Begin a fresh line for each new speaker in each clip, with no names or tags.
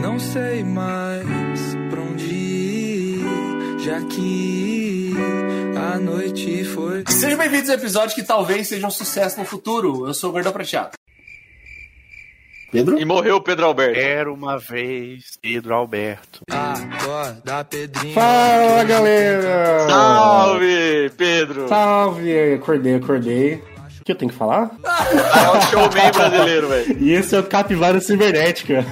Não sei mais pra onde ir, já que a noite foi.
Sejam bem-vindos ao episódio que talvez seja um sucesso no futuro. Eu sou o Gordão Prateado. Pedro?
E morreu o Pedro Alberto.
Era uma vez Pedro Alberto.
Acorda, Pedrinho.
Fala galera!
Salve, Pedro!
Salve! Acordei, acordei. O que eu tenho que falar?
É o showman brasileiro, velho.
E esse é o Capivara Cibernética.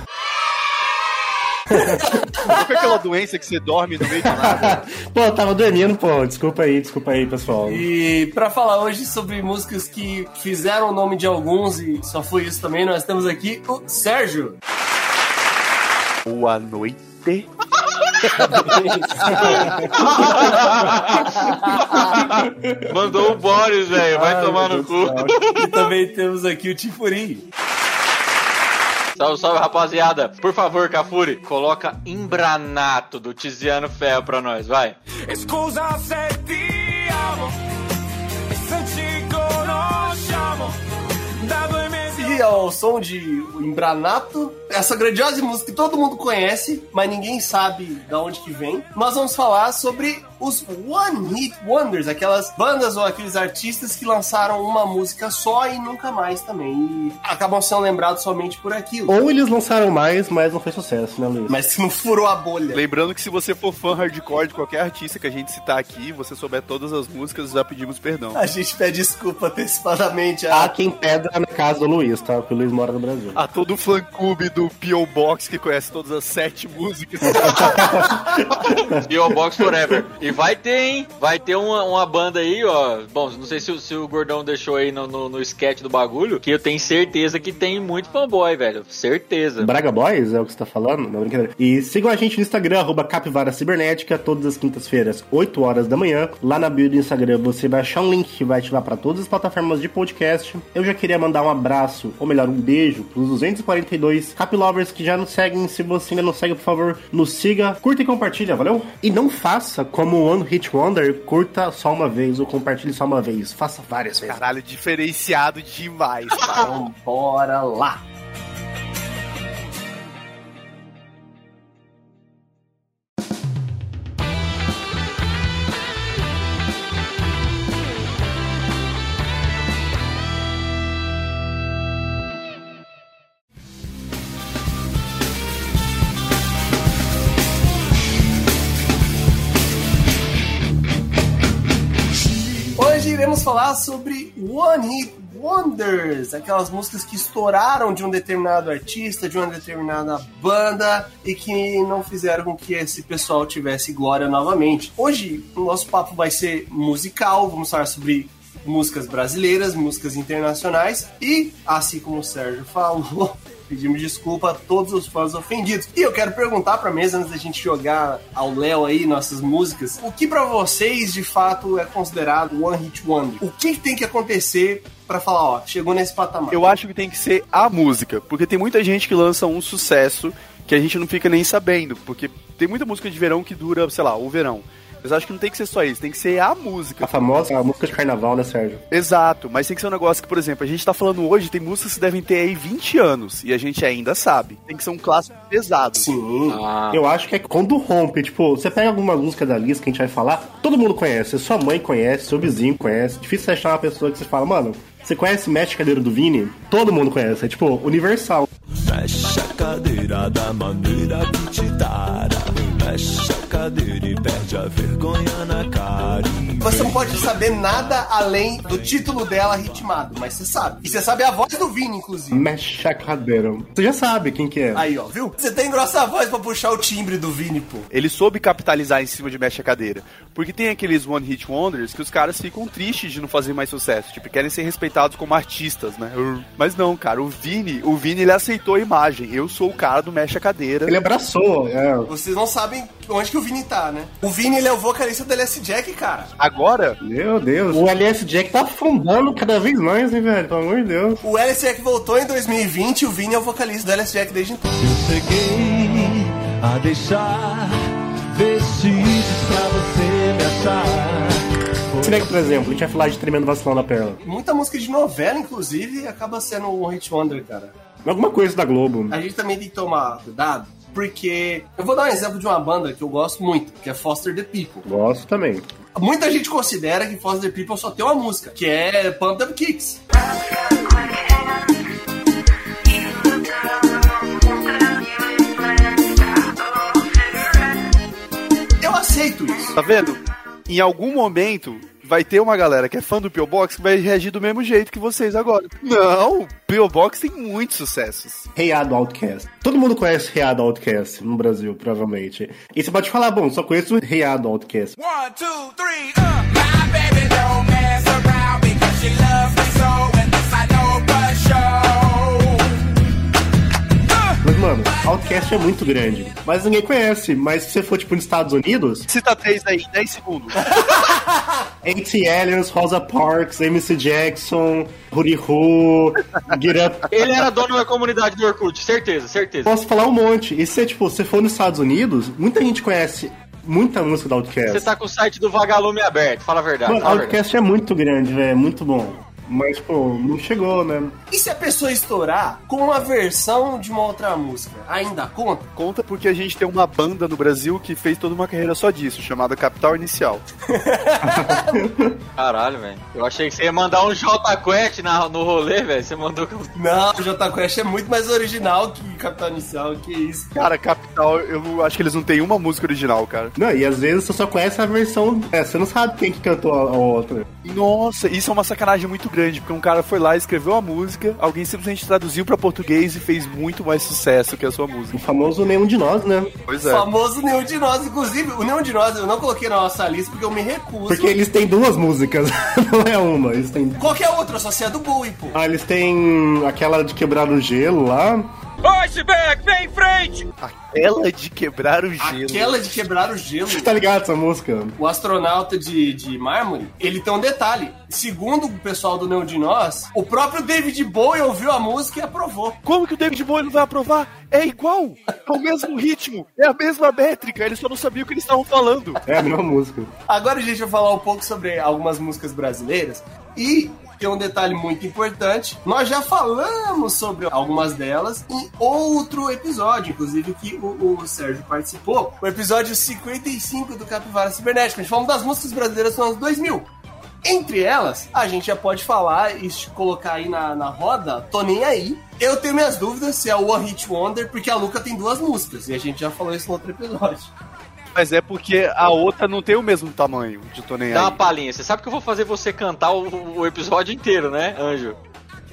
Qual que é aquela doença que você dorme no meio do nada?
pô, eu tava dormindo, pô. Desculpa aí, desculpa aí, pessoal.
E pra falar hoje sobre músicas que fizeram o nome de alguns e só foi isso também, nós temos aqui o Sérgio.
Boa noite.
Mandou o Boris, velho. Vai tomar no cu.
e também temos aqui o Tifuri.
Salve, salve, rapaziada. Por favor, Cafuri, coloca Embranato do Tiziano Ferro pra nós, vai.
Scusa se ti amo, e se ci conosciamo da due mesi.
E ao som de Embranato, essa grandiosa música que todo mundo conhece, mas ninguém sabe da onde que vem, nós vamos falar sobre os One Hit Wonders, aquelas bandas ou aqueles artistas que lançaram uma música só e nunca mais também. E acabam sendo lembrados somente por aquilo.
Ou eles lançaram mais, mas não foi sucesso, né, Luiz?
Mas se não furou a bolha.
Lembrando que se você for fã hardcore de qualquer artista que a gente citar aqui, você souber todas as músicas, já pedimos perdão.
A gente pede desculpa antecipadamente.
Há
Ah,
quem pedra na casa do Luiz, tá? Porque o Luiz mora no Brasil.
A todo fã clube do P.O. Box que conhece todas as sete músicas.
E o Box Forever. E vai ter, hein? Vai ter uma, uma banda aí, ó. Bom, não sei se, o- se o Gordão deixou aí no, no, no sketch do bagulho, que eu tenho certeza que tem muito fanboy, velho. Certeza.
Braga Boys é o que você tá falando? Não, brincadeira. E sigam a gente no Instagram, arroba Capivara Cibernética, todas as quintas-feiras, 8 horas da manhã. Lá na bio do Instagram você vai achar um link que vai te levar pra todas as plataformas de podcast. Eu já queria mandar um abraço, ou melhor, um beijo pros 242 Capilovers que já nos seguem. Se você ainda não segue, por favor, nos siga, curta e compartilha, valeu? E não faça como o One Hit Wonder, curta só uma vez ou compartilhe só uma vez. Faça várias vezes.
Caralho, diferenciado demais, cara.
então bora lá. Hoje iremos falar sobre One Hit Wonders, aquelas músicas que estouraram de um determinado artista, de uma determinada banda e que não fizeram com que esse pessoal tivesse glória novamente. Hoje o nosso papo vai ser musical, vamos falar sobre músicas brasileiras, músicas internacionais e, assim como o Sérgio falou, pedimos desculpa a todos os fãs ofendidos. E eu quero perguntar pra mesa, antes da gente jogar ao Léo aí nossas músicas, o que pra vocês de fato é considerado One Hit Wonder? O que tem que acontecer pra falar, ó, chegou nesse patamar?
Eu acho que tem que ser a música, porque tem muita gente que lança um sucesso que a gente não fica nem sabendo, porque tem muita música de verão que dura, sei lá, o verão. Mas acho que não tem que ser só isso, tem que ser a música.
A famosa a música de carnaval, né, Sérgio?
Exato, mas tem que ser um negócio que, por exemplo, a gente tá falando hoje, tem músicas que devem ter aí 20 anos e a gente ainda sabe. Tem que ser um clássico pesado.
Sim.
Ah,
Eu acho que é quando rompe, tipo, você pega alguma música da lista que a gente vai falar, todo mundo conhece, sua mãe conhece, seu vizinho conhece, difícil você achar uma pessoa que você fala, mano, você conhece Mexe Cadeiro do Vini? Todo mundo conhece, é tipo, universal.
Mexe a cadeira da maneira que te dará. Mexe a cadeira e perde a vergonha na cara. E
Você não pode saber nada além do título dela ritmado, mas você sabe. E você sabe a voz do Vini, inclusive.
Mexe a Cadeira. Você já sabe quem que é.
Aí, ó, viu? Você tem grossa voz pra puxar o timbre do Vini, pô.
Ele soube capitalizar em cima de mexe a cadeira. Porque tem aqueles One Hit Wonders que os caras ficam tristes de não fazer mais sucesso. Tipo, querem ser respeitados como artistas, né? Urr. Mas não, cara, o Vini, o Vini ele aceitou a imagem. Eu sou o cara do mexe a cadeira.
Ele abraçou, é.
Vocês não sabem onde que o Vini tá, né? O Vini, ele é o vocalista do LS Jack, cara.
Agora,
Meu Deus. O LS Jack tá afundando cada vez mais, hein, velho? Pelo amor de Deus.
O LS Jack voltou em 2020 e o Vini é o vocalista do LS Jack desde então.
eu cheguei a deixar vestígios pra você me achar.
Se liga, por exemplo, a gente vai falar de Tremendo Vacilão da Perla.
Muita música de novela, inclusive, acaba sendo um hit wonder, cara.
Alguma coisa da Globo.
A gente também tem que tomar cuidado, porque. Eu vou dar um exemplo de uma banda que eu gosto muito, que é Foster the People.
Gosto também.
Muita gente considera que Foster the People só tem uma música, que é Pump Up Kicks. Eu aceito isso.
Tá vendo? Em algum momento vai ter uma galera que é fã do P.O. Box que vai reagir do mesmo jeito que vocês agora. Não, o P.O. Box tem muitos sucessos.
Reá do Outcast. Todo mundo conhece Reá do Outcast no Brasil, provavelmente. E você pode falar, bom, só conheço o Reá do Outcast.
One, two, three, uh. My baby don't mess around because she loves me so, and this I know for sure.
Mas, mano, Outcast é muito grande. Mas ninguém conhece. Mas se você for, tipo, nos Estados Unidos,
Cita três aí, em 10 segundos.
A.T. Aliens, Rosa Parks, MC Jackson, Huri Hu, Get Up.
Ele era dono da comunidade do Orkut, certeza, certeza.
Posso falar um monte. E se, tipo, você for nos Estados Unidos, muita gente conhece muita música do
Você
Outcast.
tá com o site do Vagalume aberto, fala a verdade.
Mano,
Fala a verdade.
Outcast é muito grande, velho. É muito bom. Mas, tipo, não chegou, né?
E se a pessoa estourar com uma versão de uma outra música? Ainda conta?
Conta porque a gente tem uma banda no Brasil que fez toda uma carreira só disso, chamada Capital Inicial.
Caralho, velho. Eu achei que você ia mandar um J-Quest na- no rolê, velho. Você mandou.
Não, o Jota Quest é muito mais original que Capitão Inicial, que isso.
Cara, Capital, eu não- acho que eles não têm uma música original, cara.
Não, e às vezes você só conhece a versão. É, você não sabe quem que cantou a, a outra.
Nossa, isso é uma sacanagem muito grande, porque um cara foi lá, escreveu a música, alguém simplesmente traduziu pra português e fez muito mais sucesso que a sua
O
música.
famoso nenhum de nós, né?
Pois
O
é.
famoso Nenhum de Nós. Inclusive, o Nenhum de Nós eu não coloquei na nossa lista porque eu me recuso.
Porque eles têm duas músicas, não é uma. Eles têm.
Qualquer outra, só se é do Bowie, pô.
Ah, eles têm aquela de quebrar o gelo lá.
Iceberg, vem em frente!
Aquela é de quebrar o gelo.
Aquela de quebrar o gelo.
Tá ligado essa música?
O astronauta de, de mármore, ele tem um detalhe. Segundo o pessoal do Nenhum de Nós, o próprio David Bowie ouviu a música e aprovou.
Como que o David Bowie não vai aprovar? É igual, é o mesmo ritmo, é a mesma métrica, ele só não sabia o que eles estavam falando.
É a mesma música.
Agora a gente vai falar um pouco sobre algumas músicas brasileiras e tem um detalhe muito importante. Nós já falamos sobre algumas delas em outro episódio, inclusive que o, o Sérgio participou, o episódio 55 do Capivara Cibernética. A gente falou das músicas brasileiras dos anos 2000. Entre elas, a gente já pode falar e colocar aí na, na roda, tô nem aí. Eu tenho minhas dúvidas se é o One Hit Wonder, porque a Luca tem duas músicas, e a gente já falou isso no outro episódio.
Mas é porque a outra não tem o mesmo tamanho de Tô Nem
Dá uma
Aí.
palhinha. Você sabe que eu vou fazer você cantar o, o episódio inteiro, né, Anjo?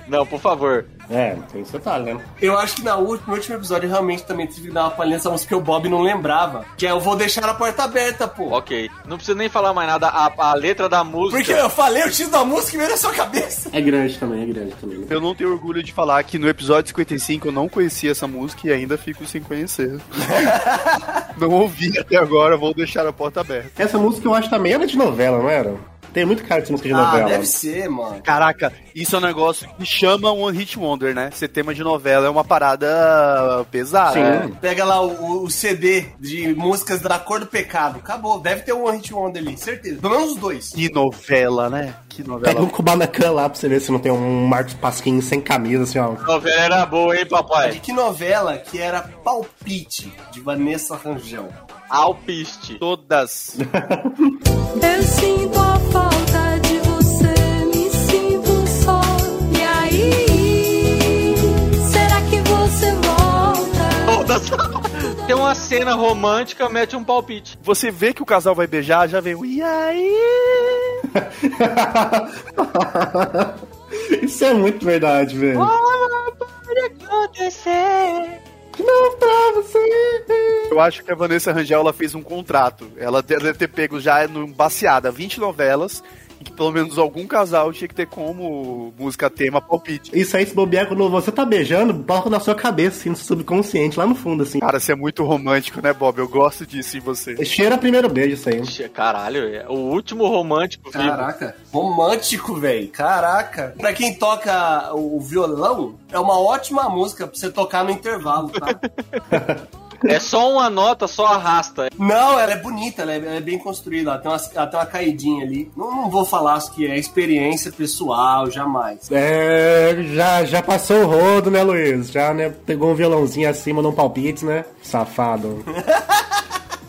Não, por favor.
É, tem esse detalhe, né?
Eu acho que na ú- no último episódio eu realmente também tive que dar uma palhinha nessa música que o Bob não lembrava. Que é Eu Vou Deixar a Porta Aberta, pô.
Ok. Não preciso nem falar mais nada. A, a letra da música.
Porque eu falei o título da música e veio na sua cabeça.
É grande também, é grande também.
Eu não tenho orgulho de falar que no episódio 55 eu não conhecia essa música e ainda fico sem conhecer. não ouvi até agora, vou deixar a porta aberta.
Essa música eu acho também era de novela, não era? Tem muito cara de música de
Ah,
novela.
deve ser, mano.
Caraca, isso é um negócio que chama One Hit Wonder, né? Ser tema de novela é uma parada pesada.
Sim.
Pega lá o, o CD de músicas da cor do pecado. Acabou. Deve ter um One Hit Wonder ali, certeza. Pelo menos os dois.
Que novela, né? Que
Pega um
novela.
Kubanacan lá pra você ver se não tem um Marcos Pasquim sem camisa, assim, ó.
A novela era boa, hein,
De
papai?
que novela que era Palpite, de Vanessa Rangel.
Alpiste.
Todas.
Eu sinto a falta de você, me sinto só. E aí, será que você volta?
Todas. Tem uma cena romântica, mete um palpite.
Você vê que o casal vai beijar, já vem um e aí?
Isso é muito verdade, velho. Não pra você.
Eu acho que a Vanessa Rangel ela fez um contrato. Ela deve ter pego já num baseada 20 novelas em que pelo menos algum casal tinha que ter como música tema palpite.
Isso aí, se bobear, quando você tá beijando, toca na sua cabeça, assim, no subconsciente, lá no fundo, assim.
Cara, você é muito romântico, né, Bob? Eu gosto disso em você.
Cheira primeiro beijo, isso aí.
Ixi, Caralho, é o último romântico vivo.
Caraca, romântico, velho. Caraca. Pra quem toca o violão, é uma ótima música pra você tocar no intervalo, tá?
É só uma nota, só arrasta.
Não, ela é bonita, ela é, ela é bem construída, ela tem, umas- ela tem uma caidinha ali. Não, não vou falar o que é experiência pessoal, jamais.
É, já, já passou o rodo, né, Luiz? Já, né, pegou um violãozinho acima num palpite, né? Safado.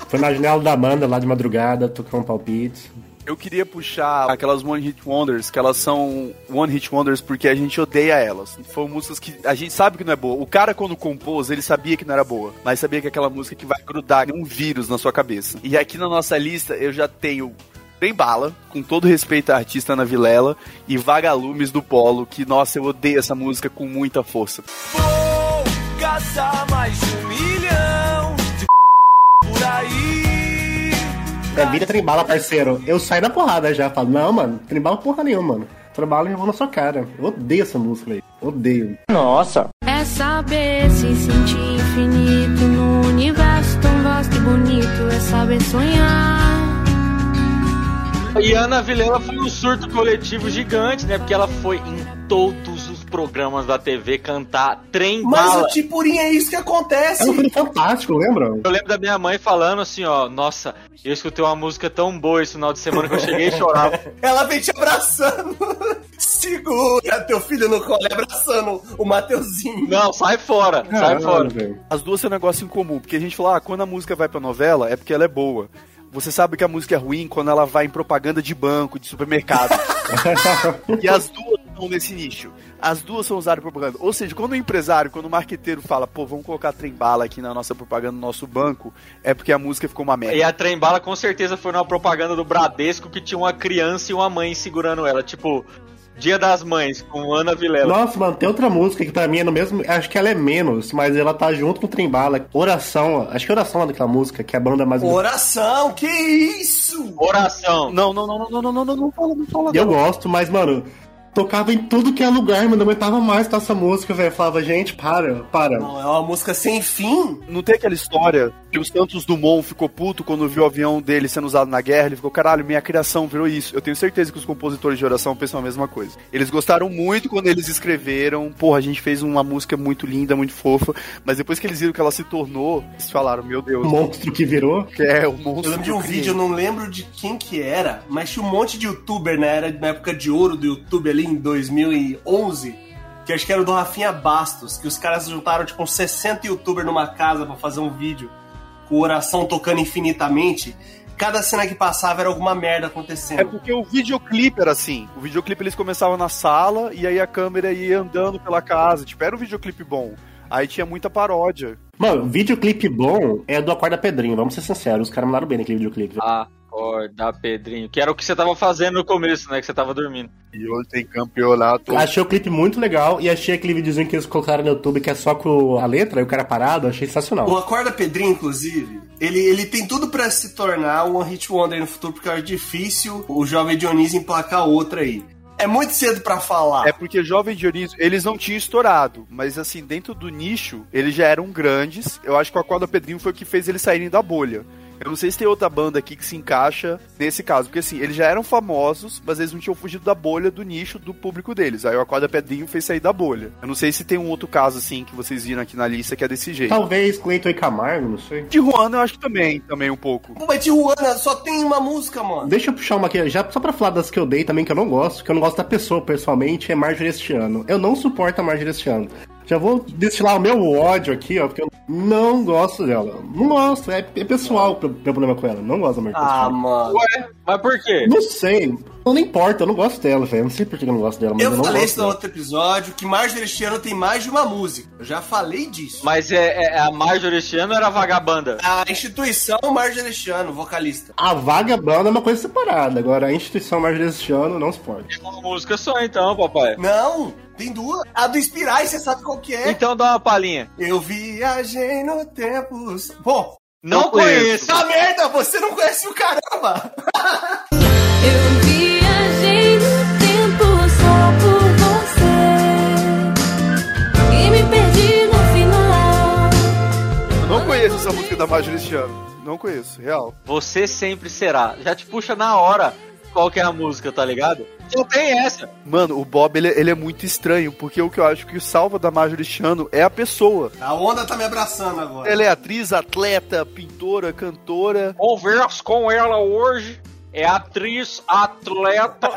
Foi na janela da banda lá de madrugada, tocou um palpite.
Eu queria puxar aquelas One Hit Wonders, que elas são One Hit Wonders porque a gente odeia elas. Foram músicas que a gente sabe que não é boa. O cara, quando compôs, ele sabia que não era boa, mas sabia que é aquela música que vai grudar um vírus na sua cabeça. E aqui na nossa lista eu já tenho Bem Bala, com todo respeito à artista Ana Vilela, e Vagalumes do Polo, que nossa, eu odeio essa música com muita força.
Vou caçar mais de um milhão de por aí.
É, vira trembala, parceiro. Eu saio da porrada já. Falo, não, mano, trembala porra nenhuma, mano. Trembala e eu vou na sua cara. Eu odeio essa música aí. Odeio.
É saber se sentir infinito no universo tão vasto e bonito. É saber sonhar.
E Ana Vilela foi um surto coletivo gigante, né? Porque ela foi em todos os programas da TV cantar trem
Mas
bala.
o Tipurim é isso que
É um
acontece.
filme fantástico, lembra?
Eu lembro da minha mãe falando assim, ó, nossa, eu escutei uma música tão boa esse final de semana que eu cheguei e chorava.
Ela vem te abraçando. Segura teu filho no colo, abraçando o Mateuzinho.
Não, sai fora, sai
Caralho,
fora.
velho.
As duas têm um negócio em comum, porque a gente fala, ah, quando a música vai pra novela, é porque ela é boa. Você sabe que a música é ruim quando ela vai em propaganda de banco, de supermercado. e as duas estão nesse nicho. As duas são usadas em propaganda. Ou seja, quando o empresário, quando o marqueteiro fala, pô, vamos colocar trem-bala aqui na nossa propaganda, no nosso banco, é porque a música ficou uma merda.
E a trem bala com certeza foi numa propaganda do Bradesco que tinha uma criança e uma mãe segurando ela, tipo, Dia das Mães, com Ana Vilela.
Nossa, mano, tem outra música que pra mim é no mesmo. Acho que ela é menos, mas ela tá junto com o Trembala. Oração, acho que Oração é daquela música, que é a banda mais.
Oração, que isso?
Oração.
Não, não, não, não, não, não, não, não, não fala, não fala.
Eu gosto, mas, mano, tocava em tudo que é lugar, mano. Eu não aguentava mais com essa música, velho. Falava, gente, para, para.
Não, é uma música sem fim.
Não tem aquela história que o Santos Dumont ficou puto quando viu o avião dele sendo usado na guerra, ele ficou, caralho, minha criação virou isso. Eu tenho certeza que os compositores de oração pensam a mesma coisa. Eles gostaram muito quando eles escreveram, porra, a gente fez uma música muito linda, muito fofa, mas depois que eles viram que ela se tornou, eles falaram, meu
O
Deus,
monstro que virou.
que é o
Eu
monstro.
lembro de
que
um
criei.
vídeo, eu não lembro de quem que era, mas tinha um monte de youtuber na, era, na época de ouro do YouTube ali em 2011, que acho que era o do Rafinha Bastos, que os caras juntaram tipo uns 60 youtuber numa casa pra fazer um vídeo com oração tocando infinitamente. Cada cena que passava era alguma merda
É
acontecendo.
porque o videoclipe era assim. O videoclipe eles começavam na sala e aí a câmera ia andando pela casa. Tipo, era um videoclipe bom. Aí tinha muita paródia.
Mano, videoclipe bom é do Acorda Pedrinho, vamos ser sinceros. Os caras mandaram bem naquele videoclipe.
Ah,
velho.
Acorda, Pedrinho. Que era o que você tava fazendo no começo, né? Que você tava dormindo.
E hoje tem campeonato.
Achei o clipe muito legal e achei aquele videozinho que eles colocaram no YouTube que é só com a letra e o cara parado, achei
O
sensacional.
Acorda Pedrinho, inclusive, ele, ele tem tudo pra se tornar um One Hit Wonder no futuro, porque eu acho difícil o jovem Dionísio emplacar outra aí. É muito cedo pra falar.
É porque Jovem Dionísio, eles não tinham estourado, mas assim, dentro do nicho, eles já eram grandes. Eu acho que o Acorda Pedrinho foi o que fez eles saírem da bolha. Eu não sei se tem outra banda aqui que se encaixa nesse caso, porque assim, eles já eram famosos, mas eles não tinham fugido da bolha do nicho do público deles. Aí o Acorda Pedrinho fez sair da bolha. Eu não sei se tem um outro caso assim que vocês viram aqui na lista que é desse jeito.
Talvez Cleiton e Camargo, não sei.
De Juana eu acho que também, também um pouco.
Pô, mas Tijuana só tem uma música, mano.
Deixa eu puxar uma aqui, já só pra falar das que eu dei também, que eu não gosto, que eu não gosto da pessoa pessoalmente, é Marjorie este ano. Eu não suporto a Marjorie este ano. Já vou destilar o meu ódio aqui, ó, porque eu não gosto dela. Não gosto, é, é pessoal o pro- meu problema com ela. Não gosto da Marjorie este
Ah,
ano.
mano.
Ué, mas por quê?
Não sei, eu não importa, eu não gosto dela, velho. Eu Não sei por que eu não gosto dela, mas eu,
Eu
não
falei
gosto. né?
isso no
dela.
outro episódio, que Marjorie este ano tem mais de uma música. Eu já falei disso.
Mas é, é- a Marjorie este ano era vagabanda.
A instituição Marjorie este ano, vocalista.
A vagabanda é uma coisa separada, agora a instituição Marjorie este ano não suporta.
É uma música só então, papai.
Não, tem duas. A do Espirais, você sabe qual que é?
Então dá uma palhinha.
Eu viajei no tempo... Bom,
Não,
Não
conheço.
conheço.
essa Tá merda, você não conhece o caramba.
Eu viajei no tempo só por você. E me perdi no final.
Eu não conheço essa música da Major este ano. Não conheço, real.
Você sempre será. Já te puxa na hora. qual que é a música, tá ligado? Só tem essa.
Mano, o Bob, ele, ele é muito estranho, porque o que eu acho que salva da Marjorie Chano é a pessoa.
A onda tá me abraçando agora.
Ela é atriz, atleta, pintora, cantora.
Converso com ela hoje. É atriz, atleta.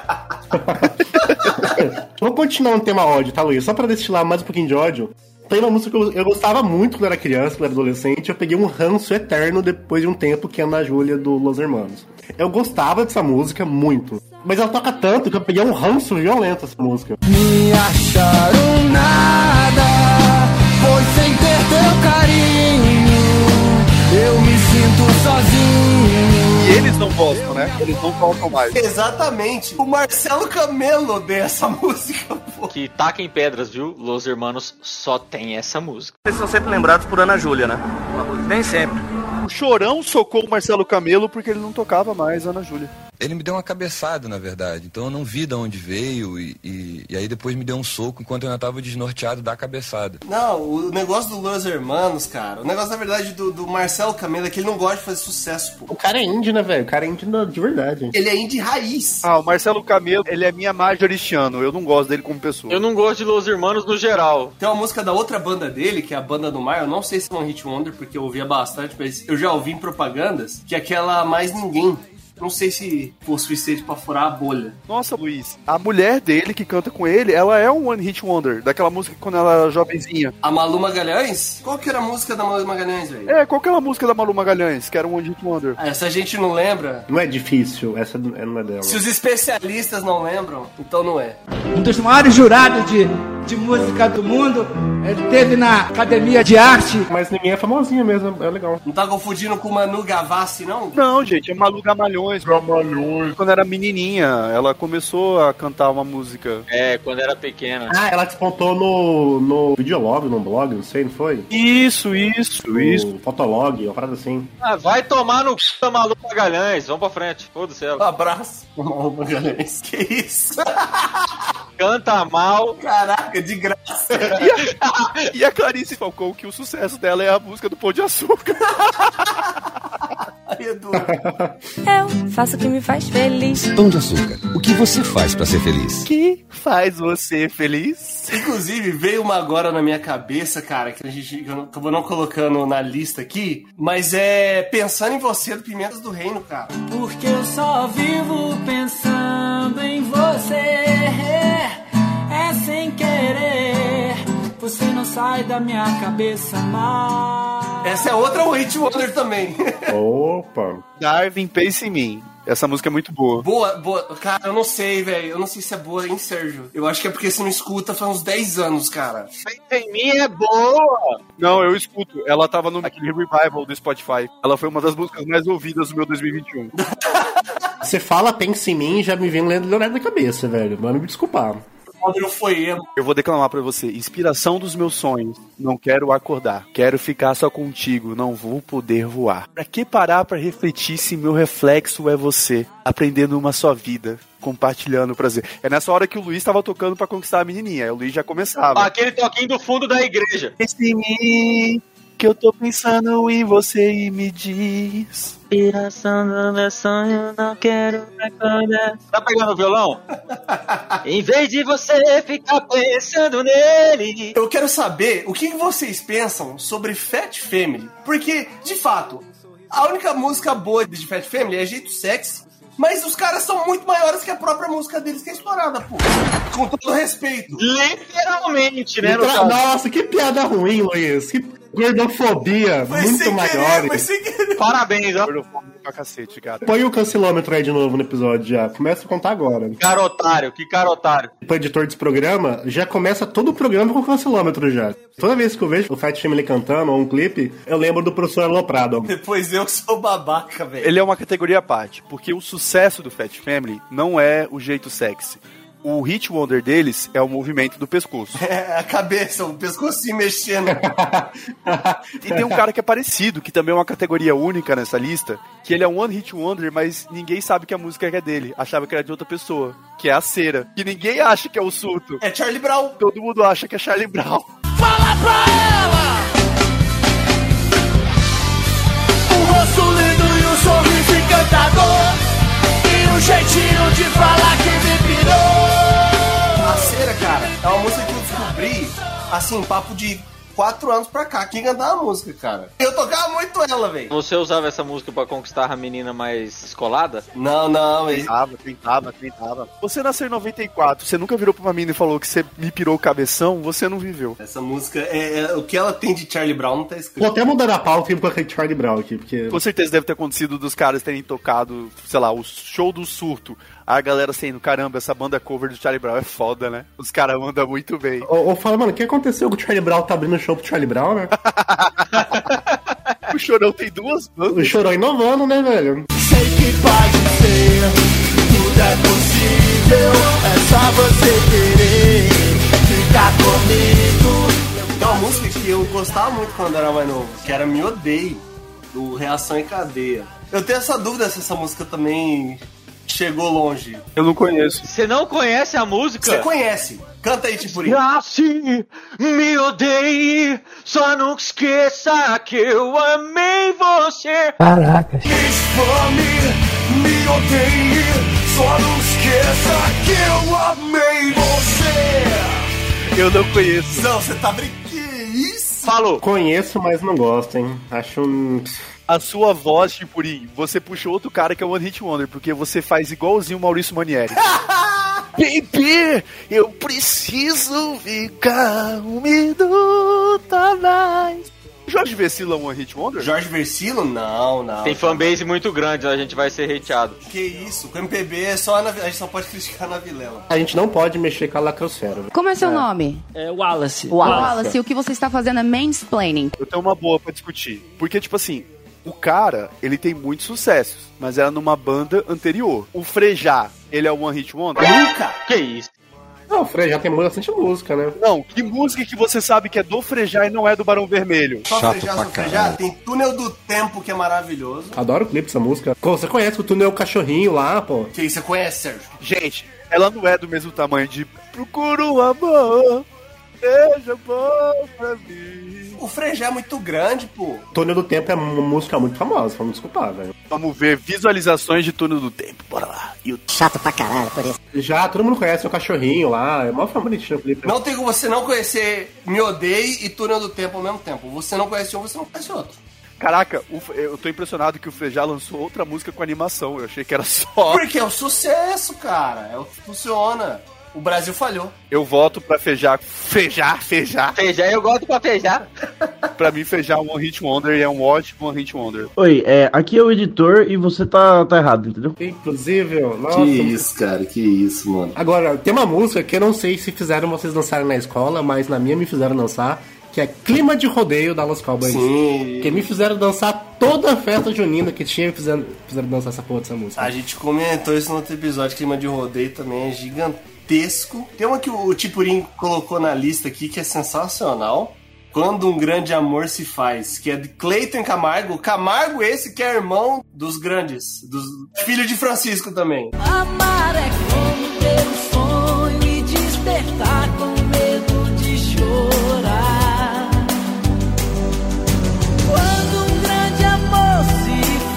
Vou continuar no tema ódio, tá, Luiz? Só pra destilar mais um pouquinho de ódio. Tem uma música que eu, eu gostava muito quando era criança, quando era adolescente. Eu peguei um ranço eterno depois de um tempo que é na Júlia do Los Hermanos. Eu gostava dessa música muito. Mas ela toca tanto que eu peguei um ranço violento essa música.
Me acharam nada, pois sem ter teu carinho, eu me sinto sozinho.
E eles não gostam, né? Eles não tocam mais.
Exatamente. O Marcelo Camelo deu essa música, pô.
Que taca em pedras, viu? Los Hermanos só tem essa música.
Vocês são sempre lembrados por Ana Júlia, né? Nem sempre.
O Chorão socou o Marcelo Camelo porque ele não tocava mais Ana Júlia.
Ele me deu uma cabeçada, na verdade. Então eu não vi de onde veio e, e, e aí depois me deu um soco enquanto eu ainda tava desnorteado da cabeçada.
Não, o negócio do Los Hermanos, cara. O negócio, na verdade, do, do Marcelo Camelo é que ele não gosta de fazer sucesso, pô.
O cara é indie, né, velho? O cara é indie na- de verdade.
Ele é indie raiz.
Ah, o Marcelo Camelo, ele é minha Marjorie Chano. Eu não gosto dele como pessoa.
Eu não gosto de Los Hermanos no geral.
Tem uma música da outra banda dele, que é a Banda do Mar. Eu não sei se é um hit wonder, porque eu ouvia bastante, mas eu já ouvi em propagandas, que é aquela Mais Ninguém. Não sei se foi o suficiente pra furar a bolha.
Nossa, Luiz, a mulher dele que canta com ele, ela é um One Hit Wonder, daquela música quando ela era jovenzinha.
A Malu Magalhães? Qual que era a música da Malu Magalhães, velho?
É, qual que era a música da Malu Magalhães, que era um One Hit Wonder?
Ah, Essa a gente não lembra.
Não é difícil, essa não é não é dela.
Se os especialistas não lembram, então não é.
um dos maiores jurados de, de música do mundo. Ele teve na Academia de Arte.
Mas ninguém é famosinha mesmo, é legal.
Não tá confundindo com Manu Gavassi, não?
Não, gente, é Malu Gamalhões. Gamalhões. Quando era menininha, ela começou a cantar uma música.
É, quando era pequena.
Ah, ela despontou no, no videolog, num blog, não sei, não foi?
Isso, isso, isso.
No Fotolog, uma parada assim.
Ah, vai tomar no c da Malu Magalhães. Vamos pra frente. Foda-se ela.
Um Abraço, Malu Magalhães. Que isso?
Canta mal.
Caraca, de graça.
E a Clarice Falcão, que o sucesso dela é a música do Pão de Açúcar.
Aí, Edu.
Eu faço o que me faz feliz.
Pão de açúcar. O que você faz pra ser feliz?
Que faz você feliz?
Inclusive, veio uma agora na minha cabeça, cara, que a gente que eu não- acabou não colocando na lista aqui, mas é Pensando em Você, do Pimentas do Reino, cara.
Porque eu só vivo pensando em você. É sem querer. Você não sai da minha cabeça mais.
Essa é outra Hit Wonder também.
Opa!
Darwin, pense em mim. Essa música é muito boa.
boa, boa. Cara, eu não sei, velho. Eu não sei se é boa, hein, Sérgio? Eu acho que é porque você não escuta faz uns 10 anos, cara.
Em mim é boa.
Não, eu escuto. Ela tava no aquele revival do Spotify. Ela foi uma das músicas mais ouvidas do meu 2021.
Você fala, pensa em mim, já me vem lendo Leonardo na cabeça, velho. Mano, me desculpar.
Quando eu foi emo.
Eu vou declamar pra você. Inspiração dos meus sonhos. Não quero acordar. Quero ficar só contigo. Não vou poder voar. Pra que parar pra refletir se meu reflexo é você? Aprendendo uma só vida. Compartilhando o prazer. É nessa hora que o Luiz tava tocando pra conquistar a menininha. Aí o Luiz já
Tá
começava.
Aquele toquinho do fundo da igreja.
Pense em mim, que eu tô pensando em você e me diz.
Tá pegando o violão? em vez de você ficar pensando nele.
Eu quero saber o que vocês pensam sobre Fat Family. Porque, de fato, a única música boa de Fat Family é Jeito Sexy. Mas os caras são muito maiores que a própria música deles que é estourada, pô. Com todo respeito.
Literalmente, né? no
Tra-
caso.
Nossa, que piada ruim, Luiz. Que gordofobia muito maior.
foi sem querer.
Parabéns, ó.
Gordofobia pra cacete, cara.
Põe o cancelômetro aí de novo no episódio já. Começa a contar agora.
Carotário, que carotário.
Pro editor desse programa, já começa todo o programa com o cancelômetro já. Toda vez que eu vejo o Fat Family cantando ou um clipe, eu lembro do professor Aloprado.
Depois eu que sou babaca, velho.
Ele é uma categoria à parte, porque o sucesso do Fat Family não é o jeito sexy. O hit wonder deles é o movimento do pescoço.
É, a cabeça, o pescoço se mexendo.
E tem um cara que é parecido, que também é uma categoria única nessa lista, que ele é um one hit wonder, mas ninguém sabe que a música é dele. Achava que era de outra pessoa, que é a cera. Que ninguém acha que é o surto.
É Charlie Brown.
Todo mundo acha que é Charlie Brown.
O rosto lindo e o sorriso encantador. E o jeito Insistiram de falar que me pirou.
A Cera, cara, é uma música que eu descobri, assim, papo de quatro anos pra cá. Quem cantava a música, cara? Eu tocava muito ela, velho.
Você usava essa música pra conquistar a menina mais escolada?
Não, não, ele...
Tentava, tentava, tentava. Você nasceu em 94, você nunca virou pra uma mina e falou que você me pirou o cabeção, você não viveu.
essa música, é, é- o que ela tem de Charlie Brown não tá escrito.
Vou até mudar a pauta e ir com aquele Charlie Brown aqui, porque.
Com certeza deve ter acontecido dos caras terem tocado, sei lá, o show do surto. A galera saindo, caramba, essa banda cover do Charlie Brown é foda, né? Os caras mandam muito bem.
Ou, ou fala, mano, o que aconteceu que o Charlie Brown tá abrindo show pro Charlie Brown, né?
O Chorão tem duas bandas.
O Chorão inovando, né, velho?
Sei que pode ser, tudo é possível. É só você querer ficar comigo.
Tem É uma música que eu gostava muito quando era mais novo, que era Me Odeio, do Reação em Cadeia. Eu tenho essa dúvida se essa música também chegou longe.
Eu não conheço.
Você não conhece a música?
Você conhece? Canta aí, Tipurinho.
Nasce, me odeie, só não esqueça que eu amei você.
Ah.
Expõe, me odeie. Só não esqueça que eu amei você.
Eu não conheço.
Não, você tá brincando. Que isso?
Falou.
Conheço, mas não gosto, hein? Acho. um-
A sua voz, Chipurim, você puxou outro cara que é o One Hit Wonder, porque você faz igualzinho o Maurício Manieri. Baby, eu preciso ficar um minuto a mais. Jorge Vecila é um One Hit Wonder?
Jorge Versilo? Não, não.
Tem fanbase muito grande, né? a gente vai ser hateado.
Que isso? Com MPB é só na... a gente só pode criticar na vilela.
A gente não pode mexer com a né? lacrocera. velho.
Como é seu nome?
É Wallace.
Wallace, o que você está fazendo é mansplaining.
Eu tenho uma boa pra discutir. Porque, tipo assim, o cara, ele tem muitos sucessos, mas era numa banda anterior. O Frejá, ele é o One Hit Wonder?
Nunca!
Que isso?
é?
Não, Fred, já tem bastante música, né?
Não, que música que você sabe que é do Frejá e não é do Barão Vermelho?
Só
Chato
frejar,
pra
só frejar.
caralho.
Tem Túnel do Tempo, que é maravilhoso.
Adoro o clipe dessa música. Pô, Você conhece o túnel cachorrinho lá, pô?
Que isso? Você conhece, Sérgio?
Gente, ela não é do mesmo tamanho de Procura um amor, seja bom pra mim.
O Frejá é muito grande, pô.
Túnel do Tempo é uma música muito famosa, vamos desculpar, velho.
Vamos ver visualizações de Túnel do Tempo, bora lá. E o-
Já, todo mundo conhece o cachorrinho lá, é uma favoritinha o clipe.
Não tem como você não conhecer Me Odeie e Túnel do Tempo ao mesmo tempo. Você não conhece um, você não conhece outro.
Caraca, o Fre- eu tô impressionado que o Frejá lançou outra música com animação, eu achei que era só.
Porque é o sucesso, cara. É o que funciona. O Brasil falhou.
Eu voto pra Fejar, Fejar, Fejar.
Feijão, eu gosto pra feijão.
Pra mim, Fejar é um One Hit Wonder e é um ótimo One Hit Wonder.
Oi, é, aqui é o editor e você tá, tá errado, entendeu?
né? Inclusive, nossa.
cara, que isso, mano.
Agora, tem uma música que eu não sei se fizeram vocês dançarem na escola, mas na minha me fizeram dançar, que é Clima de Rodeio da Los Cowboys.
Sim.
Que me fizeram dançar toda a festa junina que tinha, me fizeram, fizeram dançar essa porra dessa música.
A gente comentou isso no outro episódio, clima de rodeio também é gigantesco. Tem uma que o Tipurim colocou na lista aqui que é sensacional. Quando um grande amor se faz, que é de Cleiton Camargo. Camargo esse que é irmão dos grandes, dos filho de Francisco também.
Amar é como ter um sonho e despertar com medo de chorar. Quando um grande amor se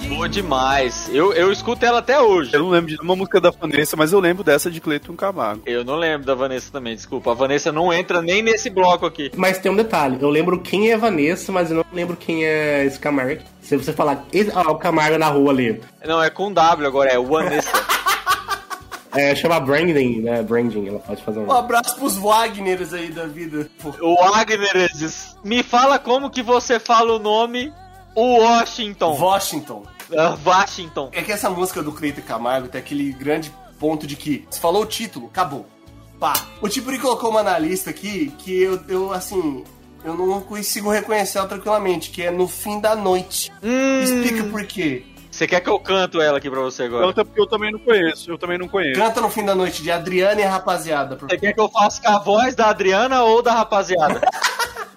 faz.
Boa demais. Eu, eu escuto ela até hoje.
Eu não lembro de uma música da Vanessa, mas eu lembro dessa de Cleiton Camargo.
Eu não lembro da Vanessa também, desculpa. A Vanessa não entra nem nesse bloco aqui.
Mas tem um detalhe, eu lembro quem é Vanessa, mas eu não lembro quem é esse Camargo. Se você falar, esse- ah, o Camargo na rua ali,
Não, é com W agora, é Vanessa.
é, chama Branding, né? Branding, ela pode fazer um.
Um abraço pros Wagners aí da vida. Pô,
o Wagner diz, me fala como que você fala o nome Washington.
Washington.
Ah, Washington.
É que essa música do Cleiton Camargo tem aquele grande ponto de que você falou o título, acabou. Pá. O Tipuri colocou uma analista aqui que eu, eu, assim, eu não consigo reconhecer ela tranquilamente, que é No Fim da Noite.
Hum,
Explica por quê.
Você quer que eu canto ela aqui pra você agora?
Canta Então, é porque eu também não conheço, eu também não conheço.
Canta No Fim da Noite, de Adriana e a Rapaziada. por-
Você quer que eu faça com a voz da Adriana ou da rapaziada?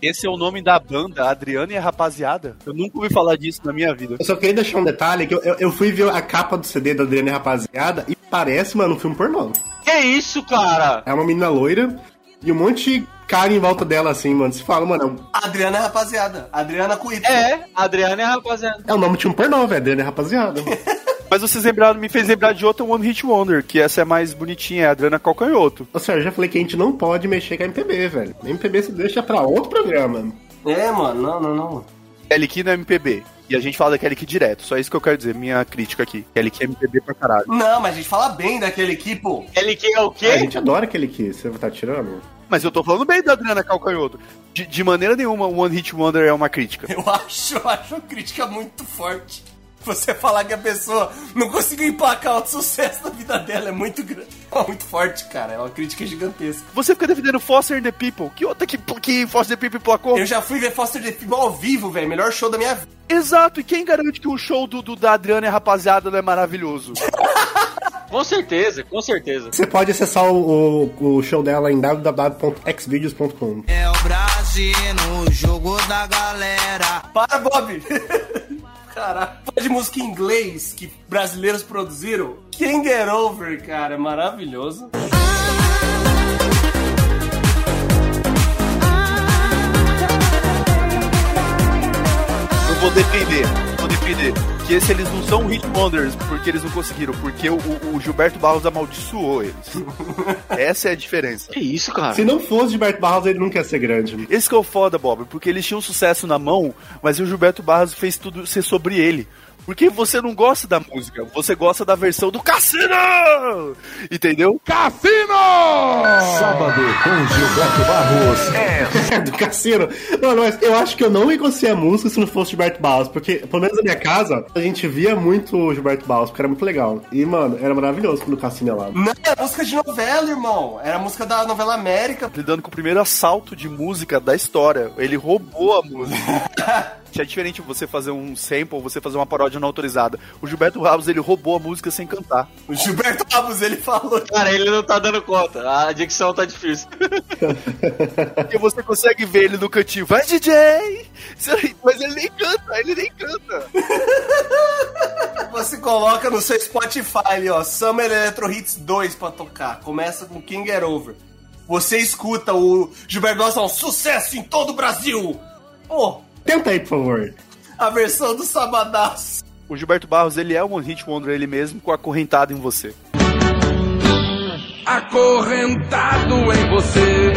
Esse é o nome da banda, Adriana e a Rapaziada. Eu nunca ouvi falar disso na minha vida.
Eu só queria deixar um detalhe, que eu, eu- eu fui ver a capa do CD da Adriana e Rapaziada e parece, mano, um filme pornô.
que isso, cara?
É uma menina loira e um monte de cara em volta dela, assim, mano. Você fala, mano,
Adriana e a Rapaziada. Adriana com Y.
É, Adriana é a rapaziada.
é o nome de um pornô, velho, Adriana e Rapaziada.
Mas vocês lembraram, me fez lembrar de outra One Hit Wonder, que essa é mais bonitinha, é a Adriana Calcanhoto.
Ô, senhor, eu já falei que a gente não pode mexer com a MPB, velho. A MPB se deixa pra outro programa.
É, mano, não, não, não.
Kelly Key no MPB. E a gente fala da Kelly Key direto, só isso que eu quero dizer, minha crítica aqui. Kelly Key é MPB pra caralho.
Não, mas a gente fala bem daquele aqui, pô.
Ele que é o
A
quê?
gente adora aquele que você tá tirando.
Mas eu tô falando bem da Adriana Calcanhoto. De, de maneira nenhuma, One Hit Wonder é uma crítica.
Eu acho, eu acho crítica muito forte. Você falar que a pessoa não conseguiu empacar o sucesso da vida dela é muito grande. É muito forte, cara. É uma crítica gigantesca.
Você fica defendendo Foster the People. Que outra que, que Foster the People placou?
Eu já fui ver Foster the People ao vivo, velho. Melhor show da minha vida.
Exato, e quem garante que o show do, do- da Adriana e a rapaziada não é maravilhoso?
Com certeza, com certeza.
Você pode acessar o, o- o show dela em www.xvideos.com.
É o Brasil no jogo da galera.
Para, Bob! Caralho. Fala De música em inglês que brasileiros produziram. Can't Get Over, cara. é Maravilhoso.
Eu vou defender, vou defender. Que esse eles não são Hit Wonders, porque eles não conseguiram, porque o, o- o Gilberto Barros amaldiçoou eles. Essa é a diferença.
Que isso, cara?
Se não fosse Gilberto Barros, ele nunca ia ser grande.
Esse que é o foda, Bob, porque eles tinham sucesso na mão, mas o Gilberto Barros fez tudo ser sobre ele. Porque você não gosta da música, você gosta da versão do Cassino! Entendeu?
Sábado com Gilberto Barros.
do cassino. Não, mas eu acho que eu não negociei a música se não fosse Gilberto Barros, porque, pelo menos na minha casa, a gente via muito o Gilberto Barros, porque era muito legal. E, mano, era maravilhoso quando o cassino ia lá.
Não, é música de novela, irmão. Era música da novela América.
Lidando com o primeiro assalto de música da história. Ele roubou a música. É diferente você fazer um sample, você fazer uma paródia não autorizada. O Gilberto Barros, ele roubou a música sem cantar.
O Gilberto Ramos, ele falou.
Cara, ele não tá dando conta. A dicção tá difícil.
Porque você consegue ver ele no cantinho. Vai, DJ! Você- Mas ele nem canta, ele nem canta.
Você coloca no seu Spotify ali, ó, Summer Electro Hits 2 pra tocar. Começa com King Get Over. Você escuta o Gilberto Barros, um sucesso em todo o Brasil. Pô,
Tenta aí, por favor.
a versão do Sabadão.
O Gilberto Barros, ele é um one hit wonder ele mesmo, com a correntada em você.
Acorrentado em você.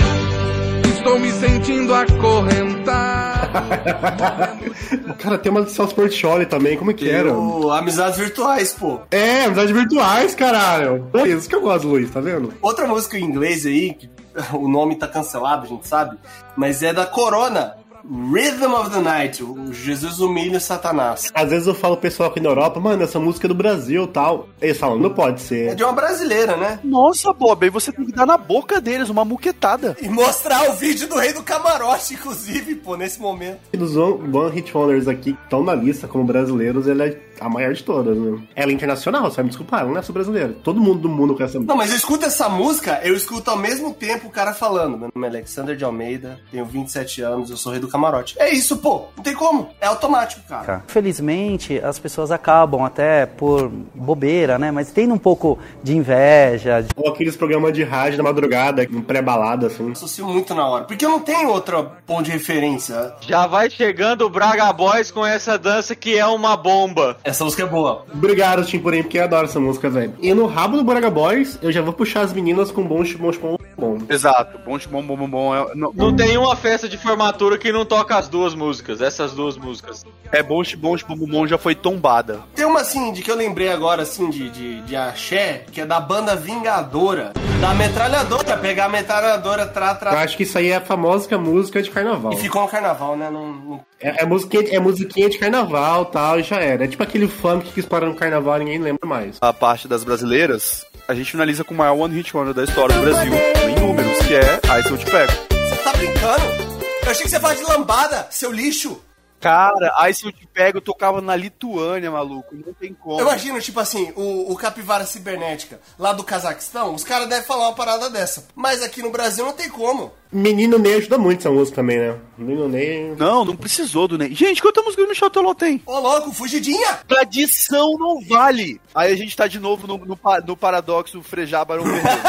Estou me sentindo acorrentado.
Cara, tem uma do Celso Portioli também, como é que era?
Pô, amizades virtuais, pô.
É, amizades virtuais, caralho. É isso que eu gosto, Luiz, tá vendo?
Outra música em inglês aí, que o nome tá cancelado, a gente sabe, mas é da Corona. Rhythm of the Night, o Jesus humilha o Satanás.
Às vezes eu falo pro pessoal aqui na Europa, mano, essa música é do Brasil e tal. Eles falam, não pode
É
ser.
de uma brasileira, né?
Nossa, Bob, aí você tem que dar na boca deles uma muquetada.
E mostrar o vídeo do Rei do Camarote, inclusive, pô, nesse momento.
E Dos One One Hit Wonders aqui, que estão na lista como brasileiros, ela é a maior de todas, né? Ela é internacional, você vai me desculpar, ela não é só brasileira. Todo mundo do mundo conhece essa música.
Não, mas eu escuto essa música, eu escuto ao mesmo tempo o cara falando. Meu nome é Alexander de Almeida, tenho 27 anos, eu sou rei do camarote. É isso, pô. Não tem como. É automático, cara.
Felizmente, as pessoas acabam até por bobeira, né? Mas tendo um pouco de inveja,
Ou aqueles programas de rádio na madrugada, um pré-balada, assim.
Eu associo muito na hora. Porque eu não tenho outro ponto de referência.
Já vai chegando o Braga Boys com essa dança que é uma bomba.
Essa música é boa.
Obrigado, Tim, porém, porque eu adoro essa música, velho. E no rabo do Braga Boys, eu já vou puxar as meninas com bom chibom, chibom, bom.
Exato, bom, bom, bom, bom, bom. É, não,
Não tem uma festa de formatura que não toca as duas músicas, essas duas músicas.
é bom, bom, bom, bom, bom, já foi tombada.
Tem uma assim, de que eu lembrei agora, assim, de, de, de axé, que é da banda Vingadora. Da metralhadora. Pegar a metralhadora, tra,
Eu
tra.
acho que isso aí é a famosa música de carnaval.
E ficou no carnaval, né? Não, não-
É, é, musiquinha, é musiquinha de carnaval tal, e já era. É tipo aquele funk que estoura no carnaval e ninguém lembra mais.
A parte das brasileiras, a gente finaliza com o maior one hit wonder da história do Brasil. Em números, que é Ice Eu Te Pego.
Você tá brincando? Eu achei que você falava de lambada, seu lixo.
Cara, Ice Eu Te Pego eu tocava na Lituânia, maluco. Não tem como.
Eu imagino, tipo assim, o, o capivara cibernética lá do Cazaquistão, os caras devem falar uma parada dessa. Mas aqui no Brasil não tem como.
Menino Ney ajuda muito essa música também, né? Menino Ney.
Não, não precisou do Ney. Gente, quanta música do Michel Teló tem?
Ô, louco, fugidinha!
Tradição não vale. Aí a gente tá de novo no, no, pa- no paradoxo frejar barão vermelho.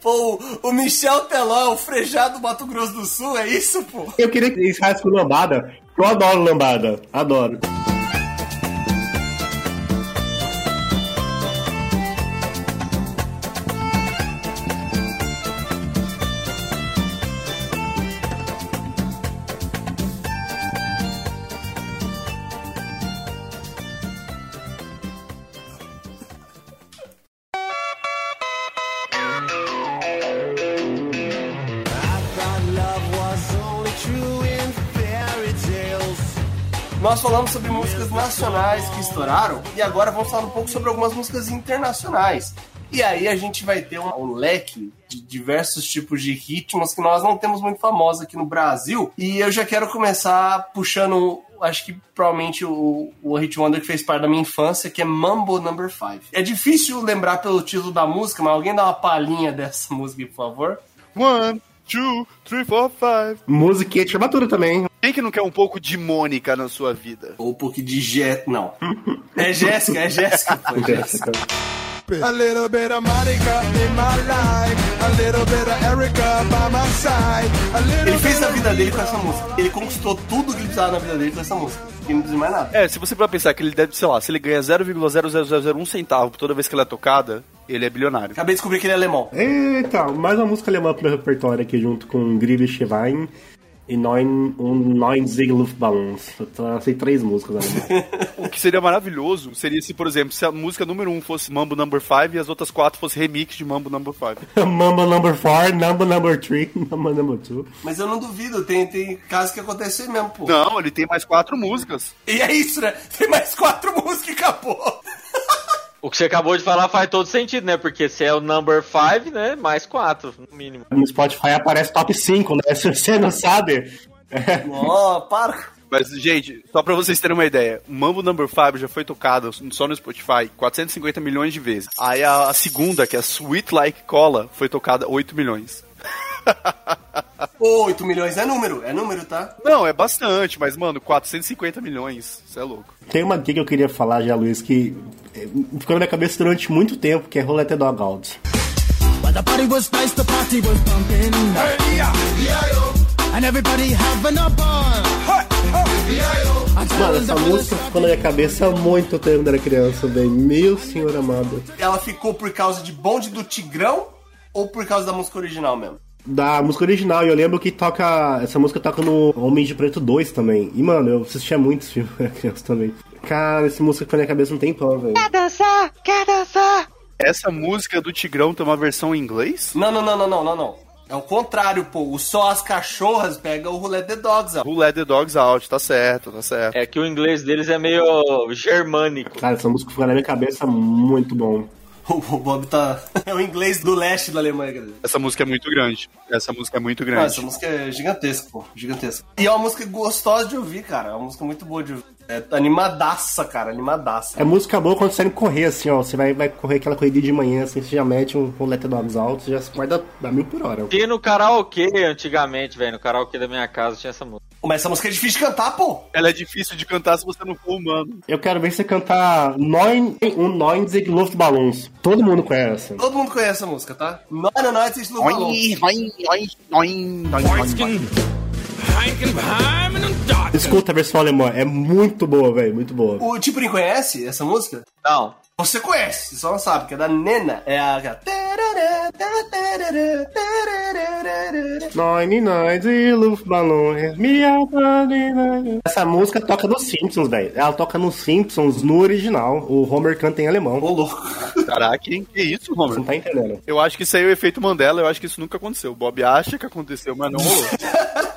Pô, o, o Michel Teló é o frejado do Mato Grosso do Sul, é isso, pô?
Eu queria que encerrasse com lambada. porque Eu adoro lambada. Adoro.
Nós falamos sobre músicas nacionais que estouraram e agora vamos falar um pouco sobre algumas músicas internacionais. E aí a gente vai ter um, um leque de diversos tipos de ritmos que nós não temos muito famosos aqui no Brasil. E eu já quero começar puxando, acho que provavelmente o, o Hit Wonder que fez parte da minha infância, que é Mambo Number 5. É difícil lembrar pelo título da música, mas alguém dá uma palhinha dessa música, por favor?
One, two, three, four, five.
Musiquinha de chamatura também.
Quem que não quer um pouco de Mônica na sua vida?
Ou um pouco de Jé... Não. É Jéssica, é Jéssica. Foi Jéssica.
A little bit of Monica in my life, a little bit of Erica by my side, a little
Ele
bit
fez a vida dele com essa música. Ele conquistou tudo que ele precisava na vida dele com essa música. E não precisa mais nada.
É, se você for pensar que ele deve, sei lá, se ele ganha 0,0001 centavo por toda vez que ela é tocada, ele é bilionário.
Acabei de descobrir que ele é alemão.
Eita, mais uma música alemã pro meu repertório aqui, junto com Grieve Schewein e Neun, um, Neun Segelluftballons. Eu só sei três músicas alemãs.
O que seria maravilhoso seria se, por exemplo, se a música número 1 um fosse Mambo Number 5 e as outras quatro fossem remix de Mambo Number 5.
Mamba number four, Mamba number three, Mamba number two.
Mas eu não duvido, tem, tem casos que acontecem mesmo, pô.
Não, ele tem mais quatro músicas.
E é isso, né? Tem mais quatro músicas e acabou.
O que você acabou de falar faz todo sentido, né? Porque se é o number 5, né? Mais 4, no mínimo.
No Spotify aparece top 5, né? Se você não sabe.
Ó, para.
Mas, gente, só pra vocês terem uma ideia, o Mambo Number 5 já foi tocado só no Spotify 450 milhões de vezes. Aí a, a segunda, que é Sweet Like Cola, foi tocada 8 milhões.
Ô, 8 milhões é número, é número, tá?
Não, é bastante, mas, mano, 450 milhões. Isso é louco.
Tem uma aqui que eu queria falar já, Luiz, que eh, ficou na minha cabeça durante muito tempo, que é Roleta Dog Out.
But the party was nice, the party was pumping. And everybody having a ball.
Mano, essa música ficou na minha cabeça há muito tempo quando eu era criança, velho. Meu senhor amado.
Ela ficou por causa de bonde do Tigrão ou por causa da música original mesmo?
Da música original, e eu lembro que toca. Essa música toca no Homem de Preto 2 também. E, mano, eu assistia muito esse filme quando era criança também. Cara, essa música ficou na minha cabeça um tempão, velho.
Essa música do Tigrão tem uma versão em inglês?
Não, não, não, não, não, não, não. É o contrário, pô. O só as cachorras pega o Roulette the Dogs, ó.
Who Let The Dogs Out, tá certo, tá certo.
É que o inglês deles é meio germânico.
Cara, essa música ficou na minha cabeça muito bom.
O Bob tá. É o inglês do leste da Alemanha, quer dizer.
Essa música é muito grande. Essa música é muito
Não, essa
grande.
música é gigantesca, pô. Gigantesca. E é uma música gostosa de ouvir, cara. É uma música muito boa de ouvir. É animadaça, cara. Animadaça.
É música boa quando você sai correr, assim, ó. Você vai, vai correr aquela corrida de manhã, assim, você já mete um roleta dogs alto, você já se guarda a mil por hora.
Tinha no karaokê antigamente, velho. No karaokê da minha casa tinha essa música.
Mas essa música é difícil de cantar, pô.
Ela é difícil de cantar se você não for humano.
Eu quero ver você cantar Neun, um Neun Luftballons. Todo mundo conhece. assim.
Todo mundo conhece essa música, tá? Não, não, não, esse estilo falou.
Escuta a versão alemã, é muito boa, velho, muito boa.
O Tiprin conhece essa música?
Não.
Você conhece, você só não sabe, que é da Nena. É a.
Neun, Neun Luftballons. minha body, neun. Essa música toca nos Simpsons, velho. Ela toca nos Simpsons no original. O Homer canta em alemão.
Ô, louco.
Caraca, hein? Que isso,
Você
Homer?
não tá entendendo.
Eu acho que isso aí é o efeito Mandela, eu acho que isso nunca aconteceu. O Bob acha que aconteceu, mas não rolou.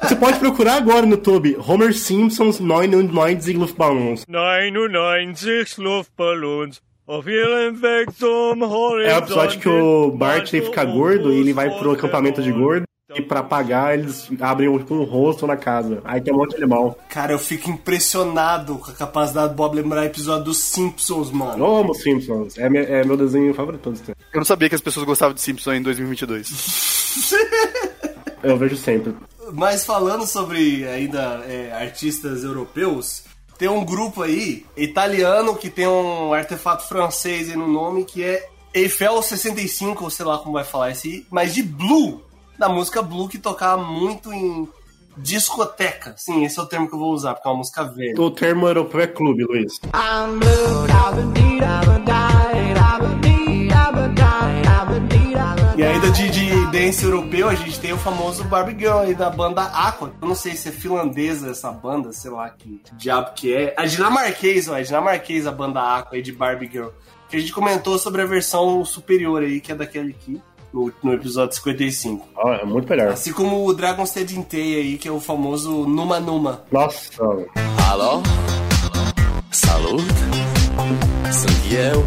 Você pode procurar agora no YouTube. Homer Simpsons 99 Luftballons.
99 Luftballons auf ihrem Weg zum Horizont.
É o episódio que o Bart ele fica gordo e ele vai pro acampamento de gordo. E pra pagar, eles abrem um, tipo, um rosto na casa. Aí tem um monte de alemão.
Cara, eu fico impressionado com a capacidade do Bob lembrar episódio dos Simpsons, mano.
Eu amo Simpsons. É, meu- é meu desenho favorito de todos os tempos.
Eu não sabia que as pessoas gostavam de Simpsons em 2022.
Eu vejo sempre.
Mas falando sobre ainda é, artistas europeus, tem um grupo aí, italiano, que tem um artefato francês aí no nome, que é Eiffel 65, ou sei lá como vai falar esse, aí, mas de Blue, da música Blue, que tocava muito em discoteca. Sim, esse é o termo que eu vou usar, porque é uma música velha.
O termo europeu é clube, Luiz.
E ainda de, de dance europeu, a gente tem o famoso Barbie Girl aí da banda Aqua. Eu não sei se é finlandesa essa banda, sei lá que diabo que é. A dinamarquês, ó, a dinamarquês a banda Aqua aí de Barbie Girl. Que a gente comentou sobre a versão superior aí, que é daquele aqui, no, no episódio 55.
Ó, é muito melhor.
Assim como o Dragon's Dead Intei aí, que é o famoso Numa Numa.
Nossa.
I'll
Alô? Salut? Sunt eu,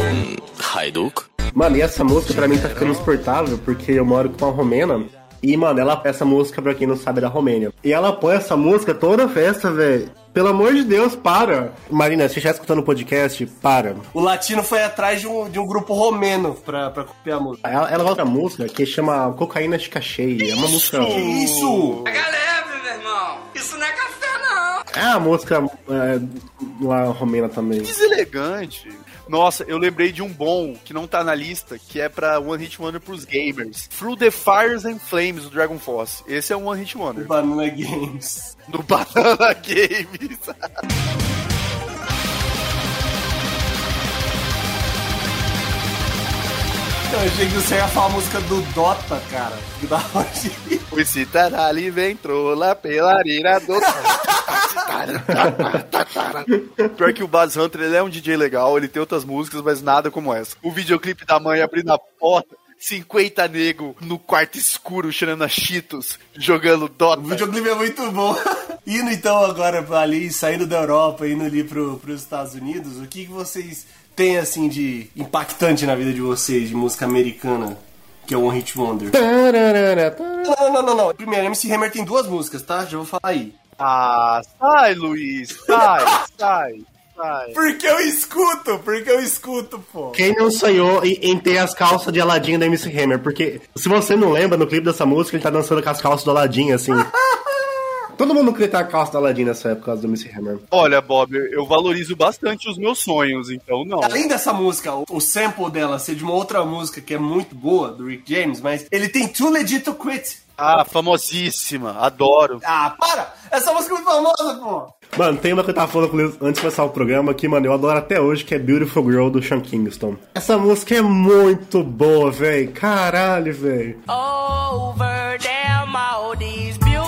un haiduc?
Mano, e essa música pra mim tá ficando insuportável porque eu moro com uma romena. E, mano, ela essa música, pra quem não sabe, é da Romênia. E ela põe essa música toda festa, velho. Pelo amor de Deus, para. Marina, se você já tá escutando o podcast, para.
O latino foi atrás de um, de um grupo romeno pra, pra copiar a música.
Ela, ela outra música que chama Cocaína Chica Cheia. É uma música.
Que isso?
Pega leve, meu irmão. Isso não é café, não.
É a música é, lá romena também.
Deselegante. Nossa, eu lembrei de um bom que não tá na lista, que é pra One Hit Wonder pros gamers. Through the Fires and Flames do Dragon Force. Esse é um One Hit Wonder.
Banana Games.
Do Banana Games.
Eu achei que você ia é falar a música do Dota, cara. Que da hora.
O Citarali vem trola pela arira do. Pior que o Buzz Hunter, ele é um DJ legal, ele tem outras músicas, mas nada como essa. O videoclipe da mãe abrindo a porta, 50 nego no quarto escuro cheirando a Cheetos, jogando Dota.
O videoclipe é muito bom. Indo então agora pra ali, saindo da Europa, indo ali pro, pros Estados Unidos, o que, que vocês têm assim de impactante na vida de vocês, de música americana? Que é One Hit Wonder. Não, não, não, não, não. Primeiro, MC Hammer tem duas músicas, tá? Já vou falar aí.
Ah, sai, Luiz, sai, sai, sai.
Porque eu escuto, porque eu escuto, pô.
Quem não sonhou em, em ter as calças de Aladdin da MC Hammer? Porque se você não lembra, no clipe dessa música ele tá dançando com as calças do Aladdin, assim. Todo mundo queria ter a calça do Aladdin nessa época, por causa do MC Hammer.
Olha, Bob, eu valorizo bastante os meus sonhos, então não.
Além dessa música, o- o sample dela ser de uma outra música que é muito boa, do Rick James, mas ele tem Too Legit to Quit.
Ah, famosíssima, adoro.
Ah, para! Essa música é muito famosa, pô!
Mano, tem uma que eu tava falando com o Luiz antes de começar o programa que, mano, eu adoro até hoje, que é Beautiful Girl do Sean Kingston. Essa música é muito boa, véi. Caralho, véi.
Over them, all these beautiful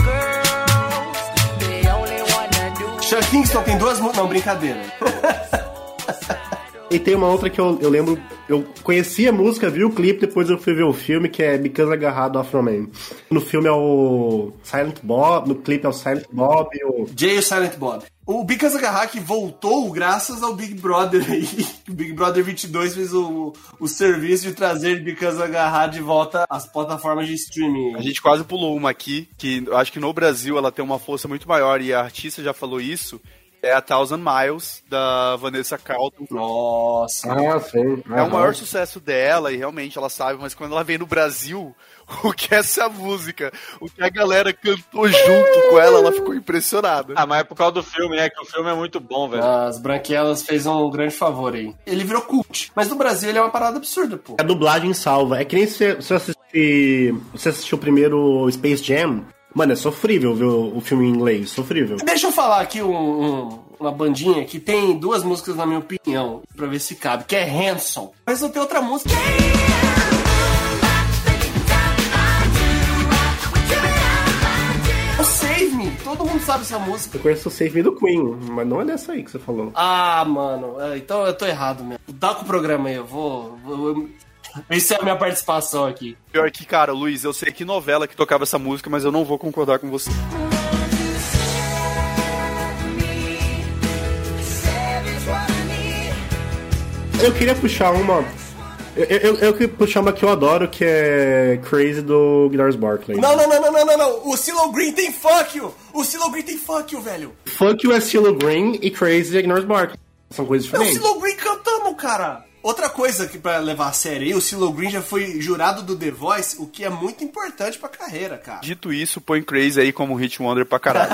girls. They only wanna do
Sean Kingston tem duas músicas. Não, brincadeira.
E tem uma outra que eu, eu lembro, eu conheci a música, vi o clipe, depois eu fui ver o filme, que é Because Agarrado Afro Man. No filme é o Silent Bob, no clipe é o Silent Bob, e o...
Jay e o Silent Bob. O Bicas Agarraque voltou graças ao Big Brother aí. O Big Brother 22 fez o, o serviço de trazer Bicas Agarrar de volta às plataformas de streaming.
A gente quase pulou uma aqui, que eu acho que no Brasil ela tem uma força muito maior e a artista já falou isso. É a Thousand Miles, da Vanessa Carlton.
Nossa.
Ah, sim.
É o maior sucesso dela e realmente ela sabe, mas quando ela vem no Brasil, o que é essa música? O que a galera cantou junto com ela, ela ficou impressionada.
Ah, mas é por causa do filme, né? Que o filme é muito bom, velho.
As Branquelas fez um grande favor aí. Ele virou cult. Mas no Brasil ele é uma parada absurda, pô.
A dublagem salva. É que nem se você assistir, você assistiu primeiro Space Jam. Mano, é sofrível ver o, o filme em inglês, sofrível.
Deixa eu falar aqui um- um- uma bandinha que tem duas músicas, na minha opinião, pra ver se cabe, que é Hanson. Mas não tem outra música. O Oh, Save Me, todo mundo sabe essa música.
Eu conheço o Save Me do Queen, mas não é dessa aí que você falou.
Ah, mano, é, então eu tô errado mesmo. Dá com o programa aí, eu vou. vou eu... Essa é a minha participação aqui.
Pior que, cara, Luiz, eu sei que novela que tocava essa música, mas eu não vou concordar com você.
Eu queria puxar uma. Eu, eu, eu queria puxar uma que eu adoro, que é Crazy do Guitars Barkley.
Não, não, não, não, não, não, não. O Silo Green tem fuck you! O Silo Green tem fuck you, velho!
Funk o estilo Green e Crazy é Guitars Barkley. São coisas
É o
diferentes.
Silo Green cantando, cara! Outra coisa que pra levar a sério aí, o Silo Green já foi jurado do The Voice, o que é muito importante pra carreira, cara.
Dito isso, põe Crazy aí como hit wonder pra caralho.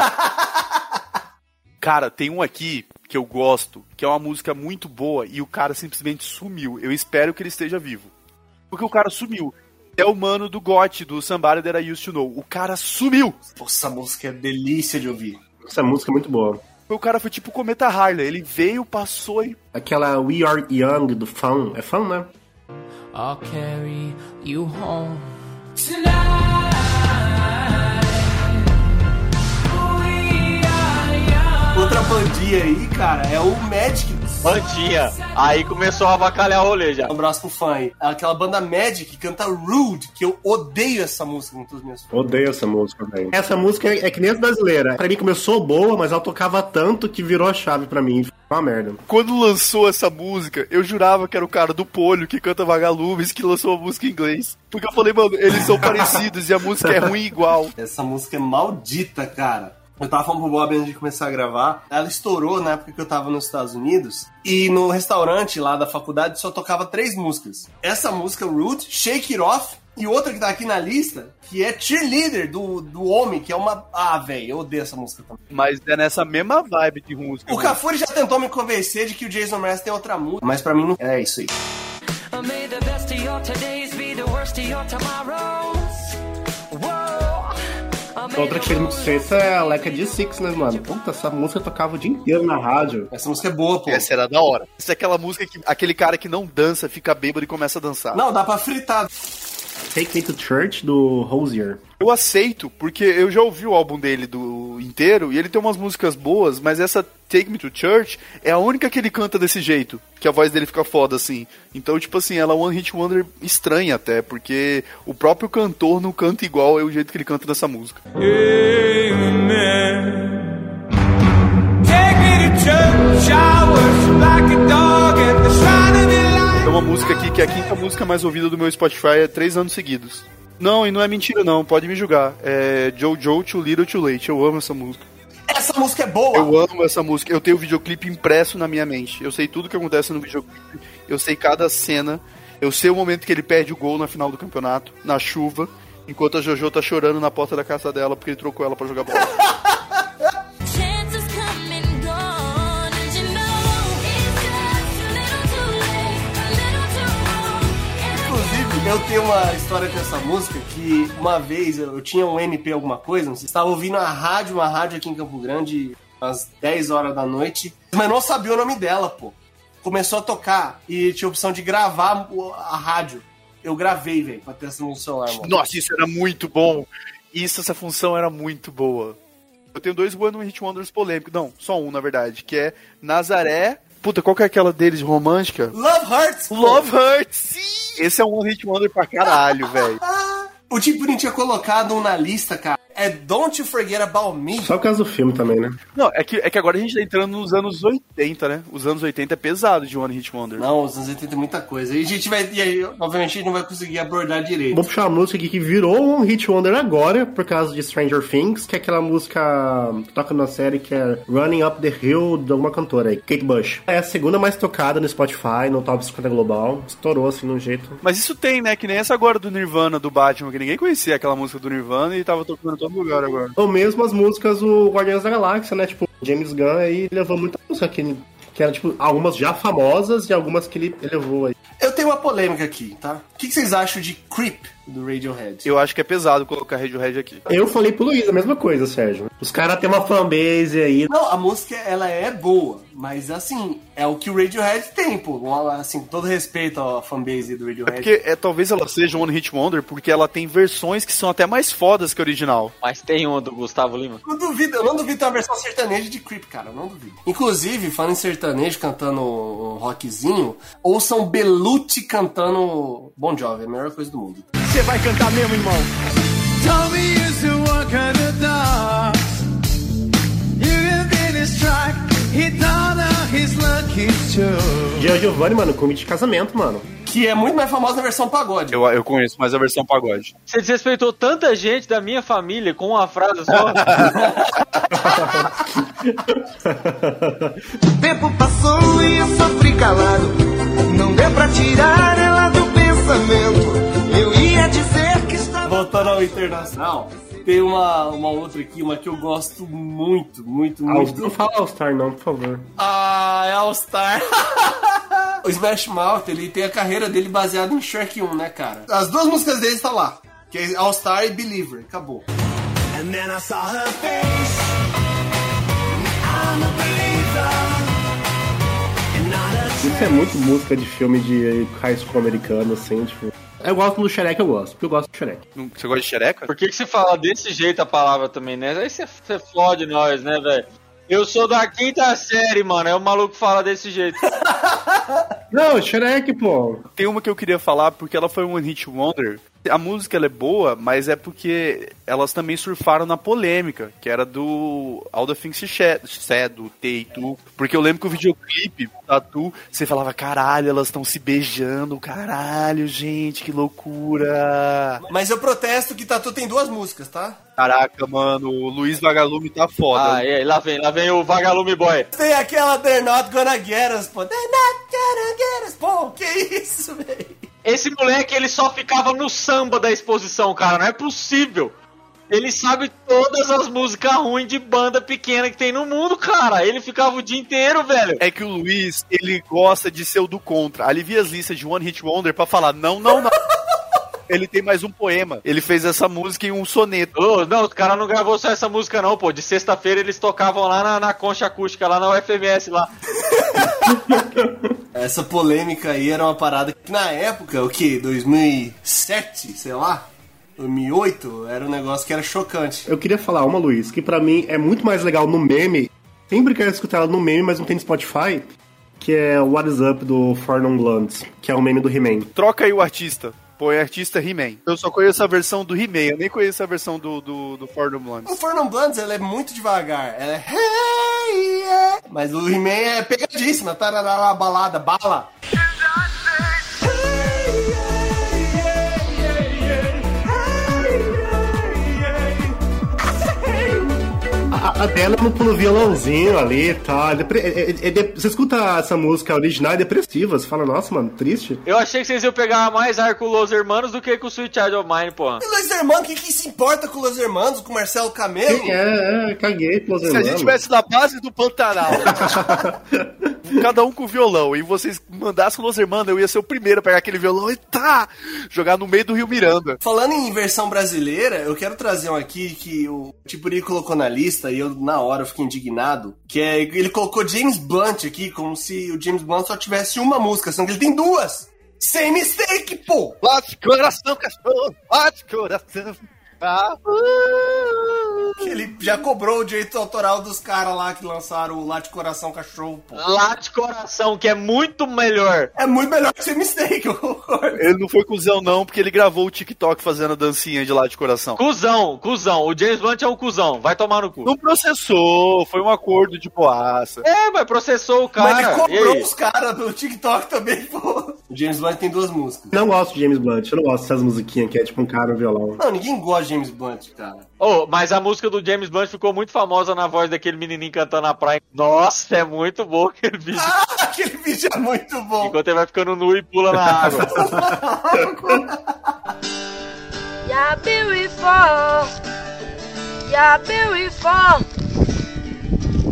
cara, tem um aqui que eu gosto, que é uma música muito boa e o cara simplesmente sumiu. Eu espero que ele esteja vivo. Porque o cara sumiu. É o mano do Gotti, do Somebody That I Used To Know. O cara sumiu!
Pô, Essa música é delícia de ouvir.
Essa música é muito boa.
O cara foi tipo o Cometa Harley. Ele veio, passou e...
Aquela We Are Young do Fun. É Fun, né?
I'll carry you home.
Outra bandinha aí, cara, é o Magic
Bandinha. Aí começou a avacalhar o rolê já.
Um abraço pro fã aí. Aquela banda Magic que canta Rude, que eu odeio essa música com todas as minhas
Odeio essa música, velho. Essa música é, é que nem as brasileiras. Pra mim começou boa, mas ela tocava tanto que virou a chave pra mim. Foi Uma merda.
Quando lançou essa música, eu jurava que era o cara do Polho que canta Vagalumes que lançou a música em inglês. Porque eu falei, mano, eles são parecidos e a música é ruim igual.
Essa música é maldita, cara. Eu tava falando pro Bob antes de começar a gravar. Ela estourou na época que eu tava nos Estados Unidos. E no restaurante lá da faculdade só tocava três músicas. Essa música, Root, Shake It Off. E outra que tá aqui na lista, que é Cheerleader, do, do homem, que é uma... Ah, velho, eu odeio essa música também.
Mas é nessa mesma vibe de música. né?
O Cafuri já tentou me convencer de que o Jason Mraz tem outra música, mas pra mim não é isso aí.
May the best of your todays be the worst of your tomorrows. Whoa.
Outra que fez muito sucesso é a Leca de Six, né, mano? Puta, essa música tocava o dia inteiro na rádio.
Essa música é boa, pô.
Essa era da hora. Essa é aquela música que aquele cara que não dança fica bêbado e começa a dançar.
Não, dá pra fritar.
Take Me to Church, do Rosier.
Eu aceito, porque eu já ouvi o álbum dele do inteiro e ele tem umas músicas boas, mas essa Take Me to Church é a única que ele canta desse jeito, que a voz dele fica foda assim. Então, tipo assim, ela é One Hit Wonder estranha até, porque o próprio cantor não canta igual é o jeito que ele canta nessa música.
Take me to church, I worship like a dog at the shrine of the light.
É uma música aqui que é a quinta música mais ouvida do meu Spotify há três anos seguidos. Não, e não é mentira não, pode me julgar. É Jojo, Too Little, Too Late. Eu amo essa música.
Essa música é boa!
Eu amo essa música. Eu tenho o videoclipe impresso na minha mente. Eu sei tudo que acontece no videoclipe. Eu sei cada cena. Eu sei o momento que ele perde o gol na final do campeonato, na chuva, enquanto a Jojo tá chorando na porta da casa dela porque ele trocou ela pra jogar bola.
Chances come and gone, and you know it's just a little too late, a little too wrong.
Inclusive, eu tenho uma história com essa música que uma vez eu, eu tinha um MP alguma coisa, não sei, estava ouvindo a rádio, uma rádio aqui em Campo Grande, às 10 horas da noite, mas não sabia o nome dela, pô. Começou a tocar e tinha a opção de gravar o- a rádio. Eu gravei, velho, pra ter essa no celular, mano.
Nossa, isso era muito bom. Isso, essa função era muito boa. Eu tenho dois One Hit Wonders polêmicos. Não, só um, na verdade, que é Nazaré. Puta, qual que é aquela deles romântica?
Love Hurts! pô.
Love Hurts! Sim! Esse é um One Hit Wonder pra caralho, velho.
Ah! O Tim Purim tinha colocado um na lista, cara. É Don't You Forget About Me.
Só por causa do filme também, né?
Não, é que, é que agora a gente tá entrando nos anos 80, né? Os anos 80 é pesado de One Hit Wonder.
Não, os anos 80 é muita coisa. E a gente vai. E aí, obviamente, a gente não vai conseguir abordar direito.
Vou puxar uma música aqui que virou um hit wonder agora, por causa de Stranger Things, que é aquela música que toca na série que é Running Up the Hill, de alguma cantora aí, Kate Bush. É a segunda mais tocada no Spotify, no Top 50 Global. Estourou, assim, de um jeito.
Mas isso tem, né? Que nem essa agora do Nirvana, do Batman, que ninguém conhecia aquela música do Nirvana e tava tocando em todo lugar agora.
Ou mesmo as músicas do Guardiões da Galáxia, né? Tipo, James Gunn aí levou muita música que, ele- que era, tipo, algumas já famosas e algumas que ele levou aí.
Eu tenho uma polêmica aqui, tá? O que que vocês acham de Creep do Radiohead?
Eu acho que é pesado colocar Radiohead aqui.
Eu falei pro Luiz a mesma coisa, Sérgio. Os caras têm uma fanbase aí.
Não, a música ela é boa, mas assim, é o que o Radiohead tem, pô. Um, Assim, todo respeito à fanbase do
É
Radiohead.
porque é, talvez ela seja um One Hit Wonder, porque ela tem versões que são até mais fodas que a original.
Mas tem uma do Gustavo Lima.
Eu não duvido, eu não duvido ter uma versão sertaneja de Creep, cara, eu não duvido. Inclusive, falando em sertanejo cantando um rockzinho, ouçam Belucci cantando Bon Jovi, a melhor coisa do mundo.
Você vai cantar mesmo, irmão? Tell me is the one kind of dog. You can feel his track. He don't know he's lucky too.
Gia Giovanni, mano, convite de casamento, mano.
Que é muito mais famosa na versão pagode.
Eu, eu conheço mais a versão pagode.
Você desrespeitou tanta gente da minha família com uma frase só.
tempo passou e eu sofri calado. Não deu pra tirar ela do pensamento. Eu ia dizer que estava.
Voltando ao internacional, tem uma, uma outra aqui, uma que eu gosto muito, muito,
Ah,
All-
muito.
Não fala All-Star, não, por favor.
Ah, é All Star. o Smash Mouth, ele tem a carreira dele baseada em Shrek 1, né, cara? As duas músicas dele estão lá. Que é All Star e Believer, acabou.
And then I saw her face. I'm a believer. And not a
Isso é muito música de filme de high school americano, assim, tipo. Eu gosto do Shrek, eu gosto, porque eu gosto do Shrek.
Não- Você gosta de xereca?
Por que, que você fala desse jeito a palavra também, né? Aí você, você flode nós, né, velho? Eu sou da quinta série, mano. É o maluco fala desse jeito.
Não, Shrek, pô.
Tem uma que eu queria falar porque ela foi um one hit wonder. A música ela é boa, mas é porque elas também surfaram na polêmica, que era do All the Things She Sha- Said, do T e Tu. Porque eu lembro que o videoclipe, o Tatu, você falava, caralho, elas estão se beijando, caralho, gente, que loucura.
Mas eu protesto que Tatu tem duas músicas, tá?
Caraca, mano, o Luiz Vagalume tá foda.
Ah, é, lá vem, lá vem o Vagalume Boy.
Tem aquela They're Not Gonna Get Us, pô. They're Not Gonna Get Us, pô. Que isso, velho?
Esse moleque, ele só ficava no samba da exposição, cara. Não é possível. Ele sabe todas as músicas ruins de banda pequena que tem no mundo, cara. Ele ficava o dia inteiro, velho.
É que o Luiz, ele gosta de ser o do contra. Alivia as listas de One Hit Wonder pra falar, não, não, não. Ele tem mais um poema. Ele fez essa música em um soneto.
Ô, não, os caras não gravou só essa música, não, pô. De sexta-feira eles tocavam lá na, na concha acústica, lá na UFMS, lá.
Essa polêmica aí era uma parada que na época, o que? 2007, sei lá? 2008? Era um negócio que era chocante.
Eu queria falar uma, Luiz, que pra mim é muito mais legal no meme. Sempre quero escutar ela no meme, mas não tem no Spotify. Que é o What is Up do Fornon Blondes, que é o meme do He-Man.
Troca aí o artista. Põe artista He-Man. Eu só conheço a versão do He-Man, eu nem conheço a versão do, do, do Fordham
O Fernand Blunts, ela é muito devagar. Ela é... Hey, yeah. Mas o He-Man é pegadíssima. Tarará, balada, bala.
A, a dela é no pulo violãozinho ali e tal. É depre- é- é- é de- Você escuta essa música original, é depressiva. Você fala, nossa, mano, triste.
Eu achei que vocês iam pegar mais ar com o Los Hermanos do que com o Sweet Child of Mine, porra.
E Los Hermanos, quem que se importa com Los Hermanos, com Marcelo Camelo?
Sim, é, é, caguei pelos
Se a gente tivesse na base do Pantanal, cada um com violão, e vocês mandassem o Los Hermanos, eu ia ser o primeiro a pegar aquele violão e tá! Jogar no meio do Rio Miranda.
Falando em versão brasileira, eu quero trazer um aqui que o Tiburi colocou na lista e eu, na hora, eu fiquei indignado. Que é, ele colocou James Blunt aqui, como se o James Blunt só tivesse uma música, sendo que ele tem duas! Sem mistake, pô!
Bate coração, cachorro! Bate coração! Ah, uh.
Que ele já cobrou o direito autoral dos caras lá que lançaram o Lá de Coração Cachorro, pô.
Lá de coração, que é muito melhor.
É muito melhor que Sem Mistake, eu concordo.
Ele não foi cuzão, não, porque ele gravou o TikTok fazendo a dancinha de lá de coração.
Cusão, cuzão. O James Blunt é um cuzão. Vai tomar no cu.
Não processou, foi um acordo de boaça.
É, mas processou o
Mas
cara.
ele
E aí?
cobrou os caras do TikTok também, pô. O James Blunt tem duas músicas.
Não gosto de James Blunt, eu não gosto dessas musiquinhas que é tipo um cara no violão.
Não, ninguém gosta de James Blunt, cara.
Oh, mas a música do James Blunt ficou muito famosa na voz daquele menininho cantando na praia. Nossa, é muito bom aquele vídeo.
Aquele vídeo é muito bom.
Enquanto ele vai ficando nu e pula na água.
You're beautiful. You're beautiful.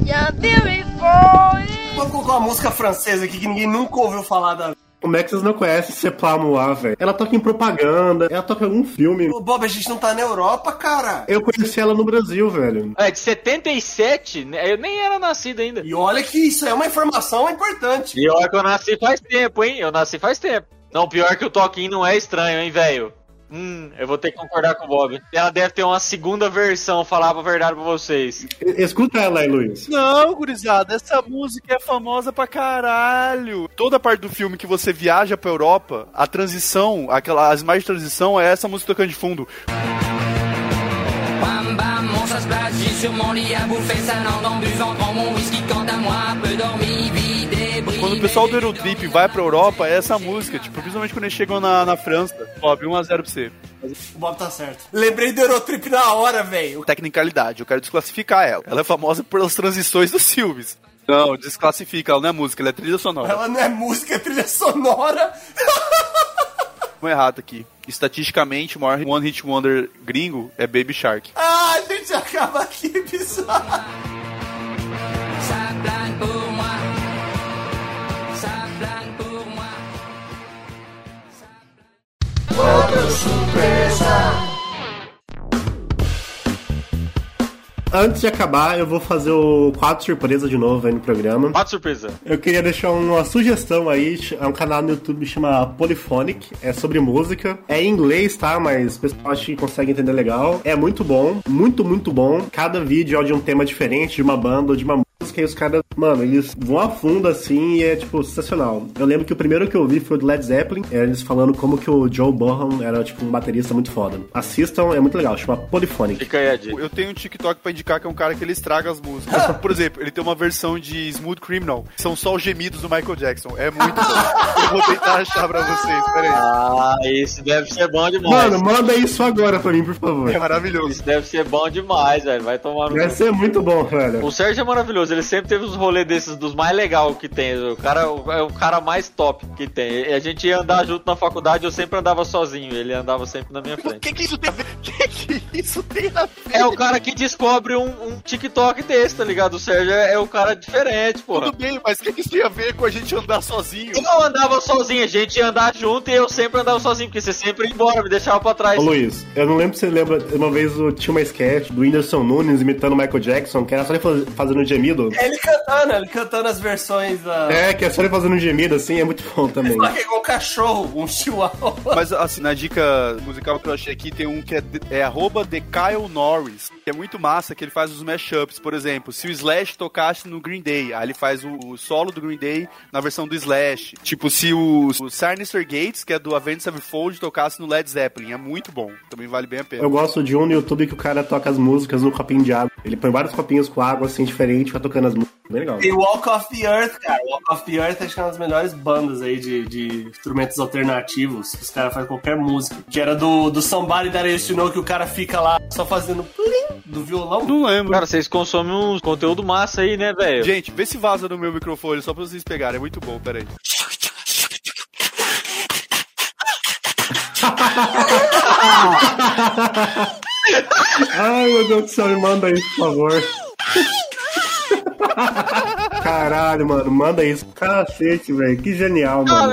You're beautiful. eh.
Vamos colocar uma música francesa aqui que ninguém nunca ouviu falar da.
Como é que vocês não conhecem Seplamoá, velho? Ela toca em propaganda, ela toca em algum filme.
Ô, Bob, a gente não tá na Europa, cara.
Eu conheci ela no Brasil, velho.
É, de 77, né? eu nem era nascido ainda.
E olha que isso é uma informação importante.
E olha que eu nasci faz tempo, hein? Eu nasci faz tempo. Não, pior que o Toquinho não é estranho, hein, velho? Hum, eu vou ter que concordar com o Bob. Ela deve ter uma segunda versão, falar a verdade pra vocês.
E- Escuta ela aí, Luiz.
Não, gurizada, essa música é famosa pra caralho. Toda parte do filme que você viaja pra Europa, a transição, aquela, as mais de transição é essa música tocando de fundo.
Bam bam, on se place, j'ai sur mon lit à bouffer sa langue en buvant grand mon whisky. Quant à moi, peu dormi, vide et bris.
Quando o pessoal do Eurotrip vai pra Europa, é essa música, tipo, principalmente quando eles chegam na, na França. Bob, 1x0 pra você.
O Bob tá certo. Lembrei do Eurotrip na hora, velho.
Tecnicalidade, eu quero desclassificar ela. Ela é famosa pelas transições dos filmes. Não, desclassifica, ela não é música, ela é trilha sonora.
Ela não é música, é trilha sonora.
Vamos errado aqui. Estatisticamente, o maior One Hit Wonder gringo é Baby Shark.
Ah, a gente acaba aqui, bizarro.
Ça plane pour moi. Ça plane pour moi.
Antes de acabar, eu vou fazer o quadro surpresa de novo aí no programa.
Quatro surpresa.
Eu queria deixar uma sugestão aí, é um canal no YouTube que chama Polyphonic, é sobre música. É em inglês, tá? Mas o pessoal acho que consegue entender legal. É muito bom, muito, muito bom. Cada vídeo é de um tema diferente, de uma banda ou de uma música. que aí os caras, mano, eles vão a fundo assim e é, tipo, sensacional. Eu lembro que o primeiro que eu vi foi o do Led Zeppelin, era eles falando como que o Joe Bonham era, tipo, um baterista muito foda. Assistam, é muito legal, chama Polyphonic.
Fica aí a dica.
Eu tenho um TikTok pra indicar que é um cara que ele estraga as músicas. Por exemplo, ele tem uma versão de Smooth Criminal, que são só os gemidos do Michael Jackson. É muito bom. Eu vou tentar achar pra vocês, peraí.
Ah, esse deve ser bom demais.
Mano, manda isso agora pra mim, por favor.
É maravilhoso.
Isso deve ser bom demais, velho. Vai tomar no.
Vai ser muito bom, velho.
O Sérgio é maravilhoso, ele sempre teve uns rolês desses dos mais legal que tem. O cara o- é o cara mais top que tem. E A gente ia andar junto na faculdade, eu sempre andava sozinho, ele andava sempre na minha
O
frente.
que que isso tem a ver? O que que isso tem a ver?
É o cara que descobre um, um TikTok desse, tá ligado? O Sérgio é, é o cara diferente, porra.
Tudo bem, mas o que que isso tem a ver com a gente andar sozinho?
Eu andava sozinho, a gente ia andar junto e eu sempre andava sozinho, porque você sempre ia embora, me deixava pra trás.
Ô Luiz, eu não lembro se você lembra, uma vez eu tinha uma sketch do Whindersson Nunes imitando o Michael Jackson, que era só ele faz- fazendo um gemido.
É ele cantando, ele cantando as versões da.
É, que é só ele fazendo um gemido assim, é muito bom também.
Só que é igual um cachorro, um chihuahua.
Mas assim, na dica musical que eu achei aqui, tem um que é, é arroba The Kyle Norris, que é muito massa, que ele faz os mashups, por exemplo, se o Slash tocasse no Green Day, aí ele faz o, o solo do Green Day na versão do Slash. Tipo, se o, o Sinister Gates, que é do Avenged Sevenfold, tocasse no Led Zeppelin, é muito bom, também vale bem a pena.
Eu gosto de um no YouTube que o cara toca as músicas no copinho de água. Ele põe vários copinhos com água assim diferente, vai tocando as músicas. Bem legal.
E Walk of the Earth, cara. Walk of the Earth acho que é uma das melhores bandas aí de, de instrumentos alternativos. Os caras fazem qualquer música. Que era do, do Somebody That I Used to Know, que o cara fica lá só fazendo plim do violão.
Não lembro.
Cara, vocês consomem um conteúdo massa aí, né, velho?
Gente, vê se vaza no meu microfone, só pra vocês pegarem, é muito bom, peraí.
Ai, meu Deus do céu, me manda isso, por favor. Caralho, mano, manda isso. Cacete, velho. Que genial, mano.